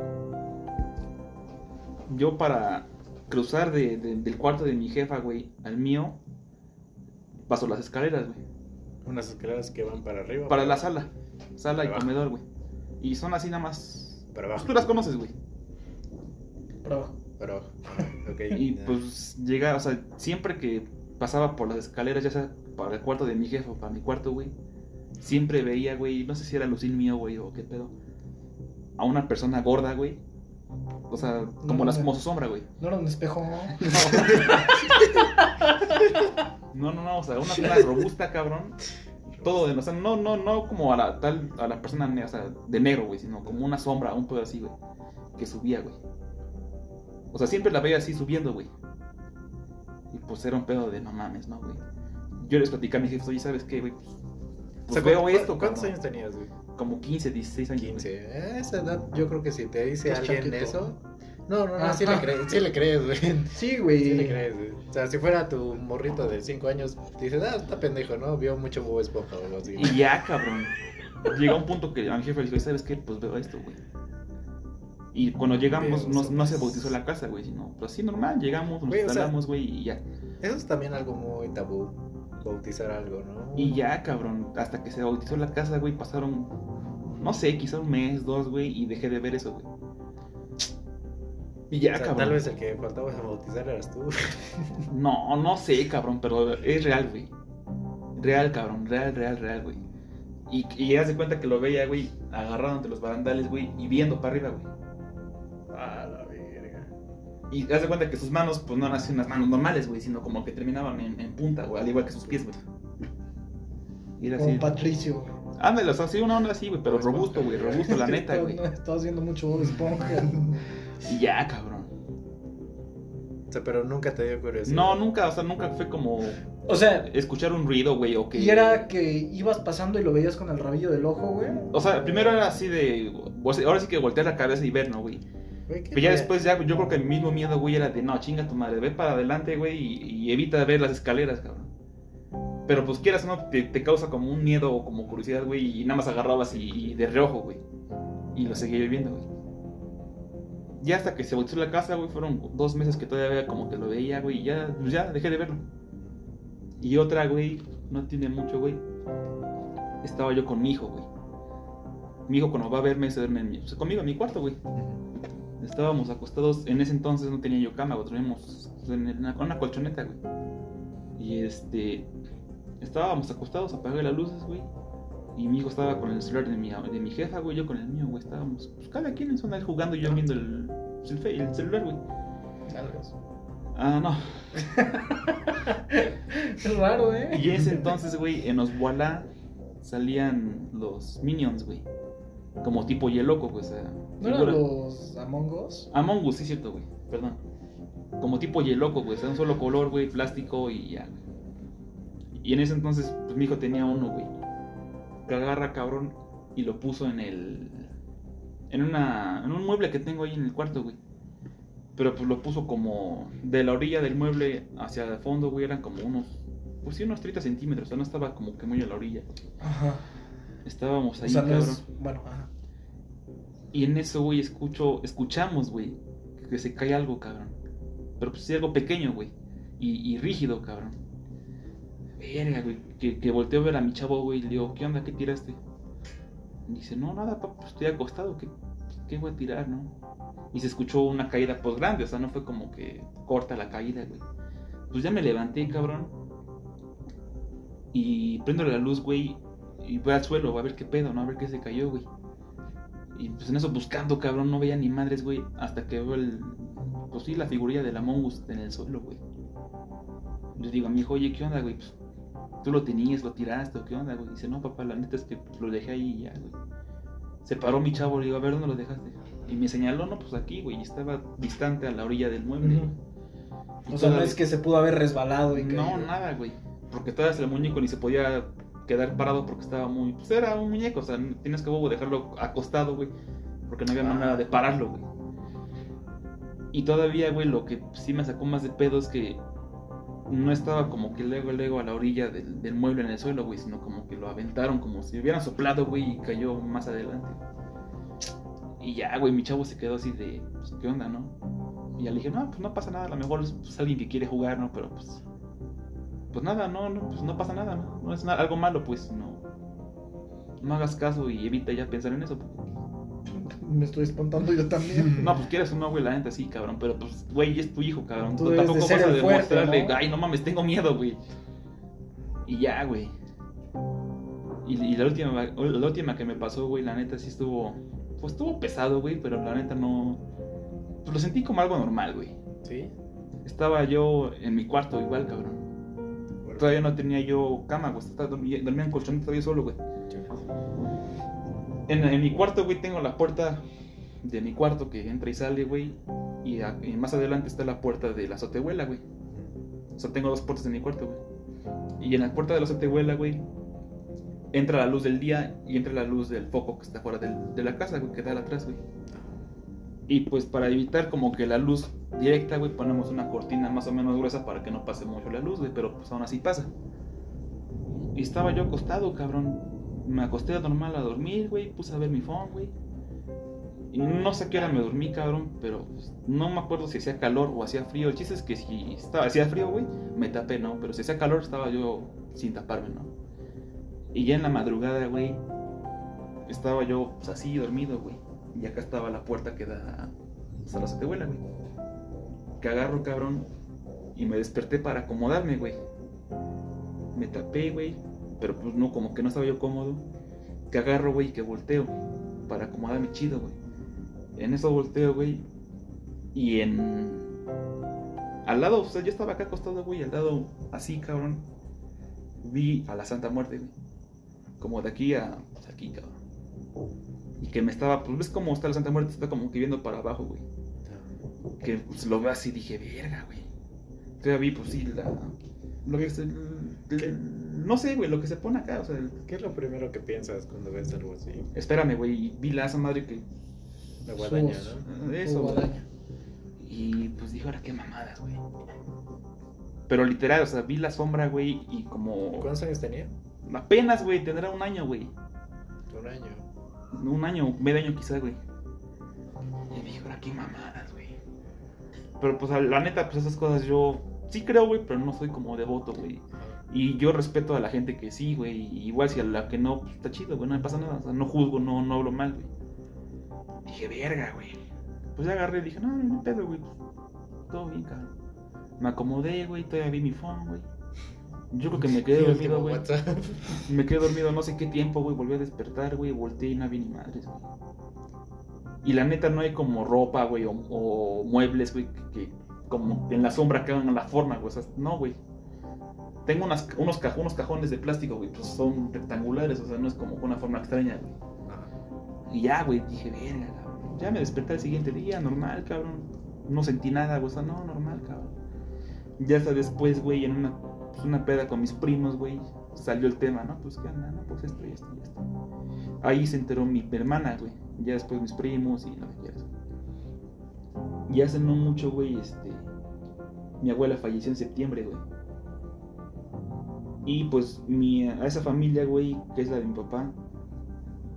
Speaker 4: Yo para cruzar de- de- del cuarto de mi jefa, güey, al mío, paso las escaleras, güey.
Speaker 3: Unas escaleras que van para arriba.
Speaker 4: Para la sala. Sala y
Speaker 3: Abajo.
Speaker 4: comedor, güey. Y son así nada más.
Speaker 3: Para
Speaker 4: Pues
Speaker 3: abajo.
Speaker 4: tú las conoces, güey.
Speaker 2: Para abajo.
Speaker 3: Para abajo. Ah, ok.
Speaker 4: Y
Speaker 3: ya.
Speaker 4: pues llega, o sea, siempre que pasaba por las escaleras, ya sea para el cuarto de mi jefe o para mi cuarto, güey, siempre veía, güey, no sé si era lucil mío, güey, o qué pedo, a una persona gorda, güey. O sea, como
Speaker 2: No,
Speaker 4: las
Speaker 2: güey.
Speaker 4: como su sombra, güey.
Speaker 2: No era un espejo.
Speaker 4: No, no, no, o sea, una persona robusta, cabrón. Todo de, o sea, no, no, no como a la tal, a la persona, ne- o sea, de negro, güey, sino como una sombra, un pedo así, güey, que subía, güey. O sea, siempre la veía así subiendo, güey. Y pues era un pedo de no mames, ¿no, güey? Yo les platicaba a mis jefes, oye, ¿sabes qué, güey? Pues,
Speaker 3: O sea,
Speaker 4: veo
Speaker 3: ¿cu-
Speaker 4: esto,
Speaker 3: ¿Cuántos
Speaker 4: cabrón".
Speaker 3: años tenías, güey?
Speaker 4: Como 15, 16 años. güey.
Speaker 3: 15. A esa edad, yo creo que si te dice
Speaker 2: Es
Speaker 3: alguien
Speaker 2: chaquito.
Speaker 3: eso. No, no, no,
Speaker 2: Ah.
Speaker 3: sí le crees, sí le crees, güey.
Speaker 2: Sí,
Speaker 3: Sí le
Speaker 2: güey.
Speaker 3: crees, güey. O sea, si fuera tu morrito de 5 años, dices, ah, está pendejo, ¿no? Vio mucho Bob Esponja o algo así.
Speaker 4: Y ya, cabrón. Llega un punto que a mi jefe le dijo, ¿sabes qué? Pues veo esto, güey. Y cuando llegamos,
Speaker 3: Veo
Speaker 4: no,
Speaker 3: eso,
Speaker 4: no se
Speaker 3: pues.
Speaker 4: bautizó la casa, güey, sino, pues así normal, llegamos, nos
Speaker 3: Güey, o sea-
Speaker 4: instalamos, güey, y ya.
Speaker 3: Eso es también algo muy tabú, bautizar algo, ¿no?
Speaker 4: Y ya, cabrón, hasta que se bautizó la casa, güey, pasaron, no sé, quizá un mes, dos, güey, y dejé de ver eso, güey. Y
Speaker 3: O
Speaker 4: ya,
Speaker 3: sea,
Speaker 4: cabrón.
Speaker 3: tal vez el que faltaba a bautizar eras tú.
Speaker 4: No, no sé, cabrón, pero es real, güey. Real, cabrón, real, real, real, güey. Y, y haz de cuenta que lo veía, güey, agarrado entre los barandales, güey, y viendo para arriba, güey.
Speaker 3: Ah, la verga.
Speaker 4: Y haz de cuenta que sus manos, pues no eran así unas manos normales, güey, sino como que terminaban en, en punta, güey, al igual que sus pies, güey. Y era así.
Speaker 2: Con Patricio. güey.
Speaker 4: Ándale, o sea, sí, una onda así, güey, pero robusto, güey, robusto, la neta, güey.
Speaker 2: No, Estabas viendo mucho Bob Esponja.
Speaker 4: Y ya, cabrón.
Speaker 3: O sea, pero nunca te dio curiosidad.
Speaker 4: No, nunca, o sea, nunca fue como
Speaker 2: O sea,
Speaker 4: escuchar un ruido, güey, o que.
Speaker 2: y era que ibas pasando y lo veías con el rabillo del ojo, güey.
Speaker 4: O sea, primero era así de. o sea, Ahora sí que voltear la cabeza y ver, ¿no, güey?
Speaker 3: Güey, ¿qué
Speaker 4: Pero ya
Speaker 3: te-
Speaker 4: después, ya, yo creo que el mismo miedo, güey, era de no, chinga tu madre, ve para adelante, güey, y, y evita ver las escaleras, cabrón. Pero pues quieras, o ¿no? Te, te causa como un miedo o como curiosidad, güey, y nada más agarrabas y, y de reojo, güey. Y lo seguía viendo, güey. Ya hasta que se volteó la casa, güey, fueron dos meses que todavía como que lo veía, güey, y ya, pues, ya dejé de verlo. Y otra, güey, no tiene mucho, güey. Estaba yo con mi hijo, güey. Mi hijo cuando va a verme se duerme en mi- o sea, conmigo en mi cuarto, güey. Estábamos acostados, en ese entonces no tenía yo cama, güey, dormíamos en una, una colchoneta, güey. Y este, estábamos acostados, apagué las luces, güey. Y mi hijo estaba con el celular de mi, de mi jefa, güey, yo con el mío, güey. Estábamos, pues cada quien en su andar jugando y
Speaker 2: Ah.
Speaker 4: yo viendo el, el fe- el celular, güey.
Speaker 2: Salgas.
Speaker 4: Ah, no.
Speaker 2: Es raro, ¿eh?
Speaker 4: Y en ese entonces, güey, en Oswalá salían los Minions, güey. Como tipo Yeloco, pues. o sea,
Speaker 2: ¿No eran
Speaker 4: figura-
Speaker 2: los Among Us?
Speaker 4: Among Us, sí, cierto, güey. Perdón. Como tipo Yeloco, güey. O sea, un solo color, güey, plástico y ya, güey. Y en ese entonces, pues mi hijo tenía uno, güey. Que agarra, cabrón, y lo puso en el. En una. En un mueble que tengo ahí en el cuarto, güey. Pero pues lo puso como. De la orilla del mueble hacia el fondo, güey, eran como unos. Pues sí, unos 30 centímetros. O sea, no estaba como que muy a la orilla.
Speaker 2: Ajá.
Speaker 4: Estábamos
Speaker 2: O
Speaker 4: ahí,
Speaker 2: sea, no
Speaker 4: cabrón.
Speaker 2: es. Bueno, ajá.
Speaker 4: Y en eso, güey, escucho, escuchamos, güey, que se cae algo, cabrón. Pero pues sí, algo pequeño, güey. Y, y rígido, cabrón. Verga, güey. Que, que volteo a ver a mi chavo, güey, y le digo, ¿qué onda? ¿Qué tiraste? Y dice, no, nada, papá, estoy acostado, ¿qué, ¿qué voy a tirar, no? Y se escuchó una caída, pues grande, o sea, no fue como que corta la caída, güey. Pues ya me levanté, cabrón. Y prendo la luz, güey, y voy al suelo, a ver qué pedo, ¿no? A ver qué se cayó, güey. Y pues en eso buscando, cabrón, no veía ni madres, güey. Hasta que veo el. Pues sí, la figurilla de la Mongus en el suelo, güey. Yo digo a mi hijo, oye, ¿qué onda, güey? Pues, Tú lo tenías, lo tiraste, o qué onda, güey. Dice, no, papá, la neta es que pues, lo dejé ahí y ya, güey. Se paró mi chavo, le digo, a ver, ¿dónde lo dejaste? Y me señaló, no, pues aquí, güey. Y estaba distante a la orilla del mueble.
Speaker 2: Ujú.
Speaker 4: Y
Speaker 2: O sea, no
Speaker 4: todavía-
Speaker 2: es que se pudo haber resbalado y
Speaker 4: no,
Speaker 2: caído.
Speaker 4: nada, güey. Porque todavía el muñeco ni se podía quedar parado porque estaba muy. Pues era un muñeco, o sea, tienes que bobo dejarlo acostado, güey. Porque no había manera de pararlo, güey. Y todavía, güey, lo que sí me sacó más de pedo es que no estaba como que luego, luego a la orilla del, del mueble en el suelo, güey, sino como que lo aventaron, como si hubieran soplado, güey, y cayó más adelante. Y ya, güey, mi chavo se quedó así de, pues, ¿qué onda, no? Y ya le dije, no, pues no pasa nada, a lo mejor es pues, alguien que quiere jugar, ¿no? Pero pues, pues nada, no, no, pues no pasa nada, ¿no? No es na- algo malo, pues no. No hagas caso y evita ya pensar en eso. porque-
Speaker 2: Me estoy espantando yo también.
Speaker 4: No, pues quieres una güey, la neta sí, cabrón, pero pues, güey, es tu hijo, cabrón.
Speaker 2: Tú
Speaker 4: Tú
Speaker 2: debes de
Speaker 4: tampoco
Speaker 2: ser
Speaker 4: vas a
Speaker 2: el fuerte,
Speaker 4: demostrarle,
Speaker 2: ¿no?
Speaker 4: ay, no mames, tengo miedo, güey. Y ya, güey. Y, y la, última, la última que me pasó, güey, la neta sí estuvo. Pues estuvo pesado, güey, pero la neta no. pues, lo sentí como algo normal, güey.
Speaker 3: Sí.
Speaker 4: Estaba yo en mi cuarto, igual, cabrón. Todavía no tenía yo cama, güey. estaba- Dormía, dormía en colchón todavía solo, güey. En, en mi cuarto, güey, tengo la puerta de mi cuarto que entra y sale, güey. Y, a- y más adelante está la puerta de la azotehuela, güey. O sea, tengo dos puertas en mi cuarto, güey. Y en la puerta de la azotehuela, güey, entra la luz del día y entra la luz del foco que está fuera del- de la casa, güey, que da al atrás, güey. Y pues para evitar como que la luz directa, güey, ponemos una cortina más o menos gruesa para que no pase mucho la luz, güey, pero pues aún así pasa. Y estaba yo acostado, cabrón. Me acosté normal a dormir, güey, puse a ver mi phone, güey. Y no sé a qué hora me dormí, cabrón, pero pues, no me acuerdo si hacía calor o hacía frío. El chiste es que si estaba, hacía frío, güey, me tapé, ¿no? Pero si hacía calor estaba yo sin taparme, ¿no? Y ya en la madrugada, güey, estaba yo pues, así dormido, güey. Y acá estaba la puerta que da pues, a la azotehuela, güey. Que agarro, cabrón, y me desperté para acomodarme, güey. Me tapé, güey, pero pues no, como que no estaba yo cómodo. Que agarro, güey, y que volteo para acomodarme chido, güey. En eso volteo, güey, y en... Al lado, o sea, yo estaba acá acostado, güey, al lado así, cabrón. Vi a la Santa Muerte, güey. Como de aquí a... pues, aquí, cabrón. Y que me estaba... Pues ves cómo está la Santa Muerte, está como que viendo para abajo, güey que pues, lo veo así dije, verga, güey. Todavía vi, pues sí, la. Lo que se- el- no sé, güey, lo que se pone acá, o sea, el-
Speaker 3: ¿Qué es lo primero que piensas cuando ves algo así?
Speaker 4: espérame, güey, y vi la esa madre que.
Speaker 3: La guadaña,
Speaker 2: Sus-
Speaker 3: ¿no?
Speaker 4: Eso,
Speaker 2: O
Speaker 4: güey.
Speaker 2: guadaña.
Speaker 4: Y pues dije, ahora qué mamadas, güey. Pero literal, o sea, vi la sombra, güey, y como.
Speaker 3: ¿Cuántos años tenía?
Speaker 4: Apenas, güey, tendrá un año, güey.
Speaker 3: Un año.
Speaker 4: Un año, medio año quizás, güey. Y dije, ahora qué mamadas, güey. Pero pues la neta, pues esas cosas yo sí creo, güey, pero no soy como devoto, güey. Y yo respeto a la gente que sí, güey. y Igual si a la que no, pues, está chido, güey. No me pasa nada. O sea, no juzgo, no, no hablo mal, güey. Dije, verga, güey. Pues ya agarré y dije, no, no, no pedo, güey. pues, Todo bien, cabrón. Me acomodé, güey. Todavía vi mi phone, güey. Yo creo que me quedé
Speaker 3: El
Speaker 4: dormido,
Speaker 3: último
Speaker 4: güey.
Speaker 3: WhatsApp.
Speaker 4: Me quedé dormido no sé qué tiempo, güey. Volví a despertar, güey. Volteé y no había ni madres, güey. Y la neta no hay como ropa, güey, o, o muebles, güey, que, que como en la sombra quedan la forma, güey. O sea, no, güey. Tengo unas, unos, ca- unos cajones de plástico, güey, pues son rectangulares, o sea, no es como una forma extraña, güey.
Speaker 3: Ajá.
Speaker 4: Y ya, güey, dije, verga, cabrón. Ya me desperté al siguiente día, normal, cabrón. No sentí nada, güey, o sea, no, normal, cabrón. Ya hasta después, güey, en una, pues, una peda con mis primos, güey, salió el tema, ¿no? Pues qué onda, no, pues esto y esto y esto. Ahí se enteró mi hermana, güey. Ya después mis primos y lo que quieras. Y hace no mucho, güey, este. Mi abuela falleció en septiembre, güey. Y pues mi, a esa familia, güey, que es la de mi papá,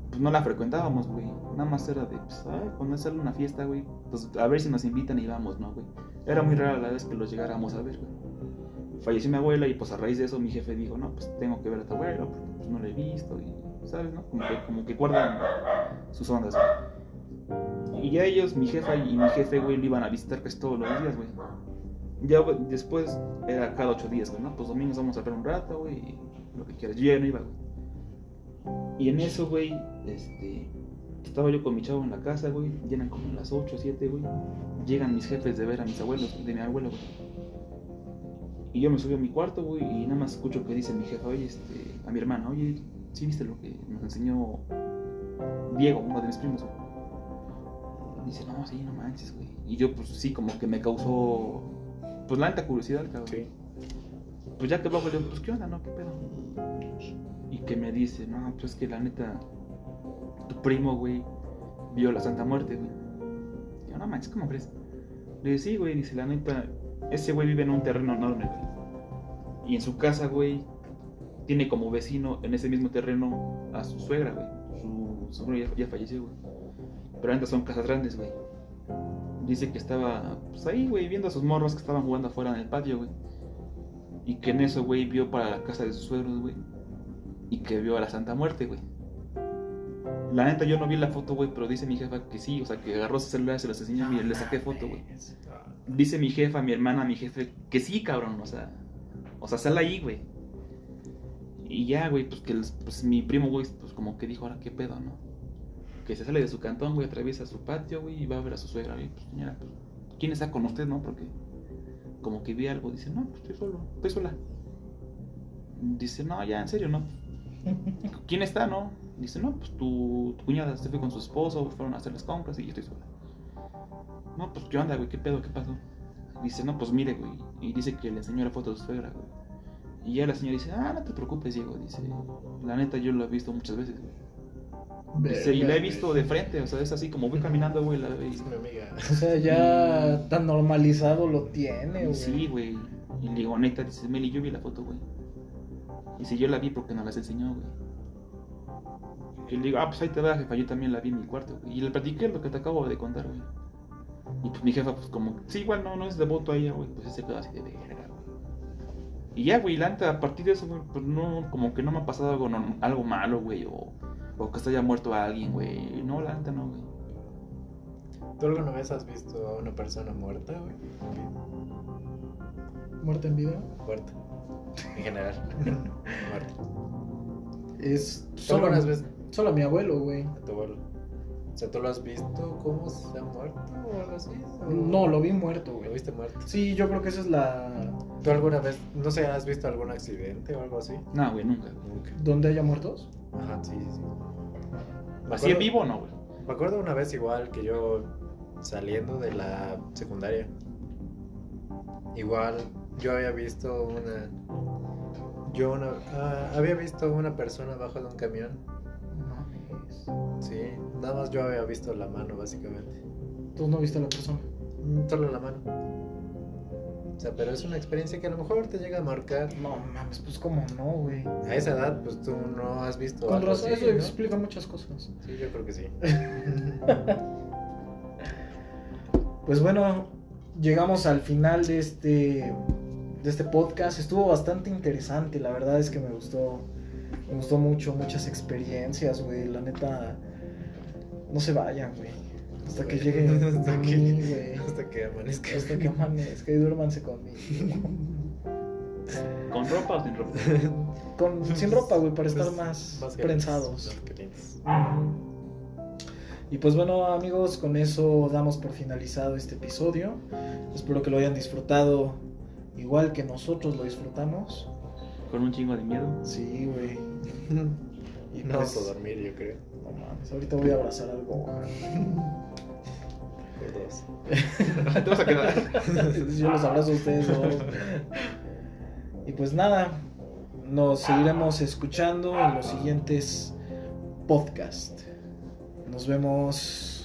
Speaker 4: pues no la frecuentábamos, güey. Nada más era de, pues, ay, cuando sale una fiesta, güey, pues a ver si nos invitan y vamos, ¿no, güey? Era muy rara la vez que los llegáramos a ver, güey. Falleció mi abuela y pues a raíz de eso mi jefe dijo, no, pues tengo que ver a tu abuela, porque, pues no la he visto y, ¿sabes, no? Como que, como que guardan sus ondas, güey. Y ya ellos, mi jefa y mi jefe, güey, lo iban a visitar casi todos los días, güey. Ya güey, después era cada ocho días, güey, ¿no? Pues domingos vamos a ver un rato, güey, y lo que quieras. Yo ya no iba, güey. Y en eso, güey, este, estaba yo con mi chavo en la casa, güey. Llegan como las 8 o 7, güey. Llegan mis jefes de ver a mis abuelos, de mi abuelo, güey. Y yo me subí a mi cuarto, güey, y nada más escucho que dice mi jefa, oye, este, a mi hermana, oye, ¿sí viste lo que nos enseñó Diego, uno de mis primos, güey? Dice, no, sí, no manches, güey. Y yo, pues sí, como que me causó, pues la alta curiosidad, cabrón
Speaker 3: Sí.
Speaker 4: pues ya que bajo le digo, pues qué onda, ¿no? ¿Qué pedo? Y que me dice, no, pues que la neta, tu primo, güey, vio la Santa Muerte, güey. Y yo, no manches, ¿cómo crees? Le digo, sí, güey, dice, la neta, ese güey vive en un terreno enorme, güey. Y en su casa, güey, tiene como vecino en ese mismo terreno a su suegra, güey. Su su suegra ya, ya falleció, güey. Pero antes son casas grandes, güey. Dice que estaba, pues ahí, güey, viendo a sus morros que estaban jugando afuera en el patio, güey. Y que en eso, güey, vio para la casa de sus suegros, güey. Y que vio a la Santa Muerte, güey. La neta, yo no vi la foto, güey, pero dice mi jefa que sí, o sea, que agarró su celular, se los enseñó y le saqué foto, güey.
Speaker 3: Ah,
Speaker 4: Dice mi jefa, mi hermana, mi jefe, que sí, cabrón, o sea, o sea, sal ahí, güey. Y ya, güey, pues que los- pues, mi primo, güey, pues como que dijo, ahora qué pedo, ¿no? Que se sale de su cantón, güey, atraviesa su patio, güey, y va a ver a su suegra, güey, pues señora, pues, ¿quién está con usted, no? Porque como que vi algo, dice, no, pues estoy solo, estoy sola. Dice, no, ya, en serio, no. ¿Quién está, no? Dice, no, pues tu, tu cuñada se fue con su esposo, fueron a hacer las compras y yo estoy sola. No, pues qué onda, güey, qué pedo, qué pasó. Dice, no, pues mire, güey. Y dice que le enseñó la foto de su suegra, güey. Y ya la señora dice, ah, no te preocupes, Diego. Dice, la neta, yo lo he visto muchas veces, güey. Dice, y la he visto de frente, o sea, es así como voy caminando, güey. La, y-
Speaker 3: Es mi amiga.
Speaker 2: O sea, ya tan normalizado lo tiene, güey.
Speaker 4: sí, güey. Y le digo, neta, dice, Meli, yo vi la foto, güey. Dice, yo la vi porque nos las enseñó, güey. Y le digo, ah, pues ahí te va, jefa, yo también la vi en mi cuarto, güey. Y le platiqué lo que te acabo de contar, güey. Y pues mi jefa, pues como, sí, igual no, no es devoto a ella, güey. Pues ese pedo así de verga, güey. Y ya, güey, la neta, a partir de eso, güey, pues no, como que no me ha pasado algo, no- algo malo, güey, o, o que se haya muerto alguien, güey. No, la neta, no, güey.
Speaker 3: ¿Tú alguna vez has visto a una persona muerta, güey? ¿Muerta en vida? Muerta. En general. muerta.
Speaker 2: Es
Speaker 3: ¿Tú
Speaker 2: solo,
Speaker 3: algunas veces
Speaker 2: solo mi abuelo, güey.
Speaker 3: a tu abuelo? O sea, ¿tú lo has visto cómo se ha muerto o algo así? ¿O
Speaker 2: No, lo vi muerto,
Speaker 3: ¿Lo
Speaker 2: güey.
Speaker 3: viste muerto?
Speaker 2: Sí, yo creo que esa es la...
Speaker 3: ¿Tú alguna vez, no sé, has visto algún accidente o algo así?
Speaker 4: No, güey, nunca.
Speaker 3: Nunca.
Speaker 2: ¿Donde haya muertos?
Speaker 3: Ajá, sí, sí, sí. Me
Speaker 4: Así en
Speaker 3: acuerdo-
Speaker 4: vivo, no, güey.
Speaker 3: Me acuerdo una vez igual que yo saliendo de la secundaria. Igual yo había visto una. Yo una- ah, había visto una persona abajo de un camión. Sí, nada más yo había visto la mano, básicamente.
Speaker 2: Tú no viste a la persona.
Speaker 3: Mm, Solo la mano. O sea, pero es una experiencia que a lo mejor te llega a marcar.
Speaker 2: No mames, pues cómo no, güey.
Speaker 3: A esa edad, pues tú no has visto.
Speaker 2: Con
Speaker 3: algo
Speaker 2: razón,
Speaker 3: así,
Speaker 2: eso
Speaker 3: ¿no?
Speaker 2: explica muchas cosas.
Speaker 3: Sí, yo creo que sí.
Speaker 2: Pues bueno, llegamos al final de este, de este podcast. Estuvo bastante interesante, la verdad es que me gustó. Me gustó mucho, muchas experiencias, güey. La neta, no se vayan, güey. Hasta que llegue
Speaker 3: Hasta que-
Speaker 2: mí, güey.
Speaker 3: Hasta que amanezca.
Speaker 2: Hasta que amanezca y duérmanse conmigo.
Speaker 4: ¿Con ropa o sin ropa?
Speaker 2: Con, sin ropa, güey, para estar
Speaker 3: Pues,
Speaker 2: más,
Speaker 3: más calientes,
Speaker 2: prensados.
Speaker 3: más calientes.
Speaker 2: Y pues bueno amigos, con eso damos por finalizado este episodio. Espero que lo hayan disfrutado igual que nosotros lo disfrutamos.
Speaker 4: Con un chingo de miedo.
Speaker 2: Sí, güey. Y
Speaker 3: No
Speaker 2: pues,
Speaker 3: vamos a dormir, yo creo.
Speaker 2: no mames, ahorita voy a abrazar algo.
Speaker 3: Por dos.
Speaker 4: Te vas a quedar.
Speaker 2: Yo los abrazo a ustedes dos. Y pues nada, nos seguiremos escuchando en los siguientes podcasts. Nos vemos.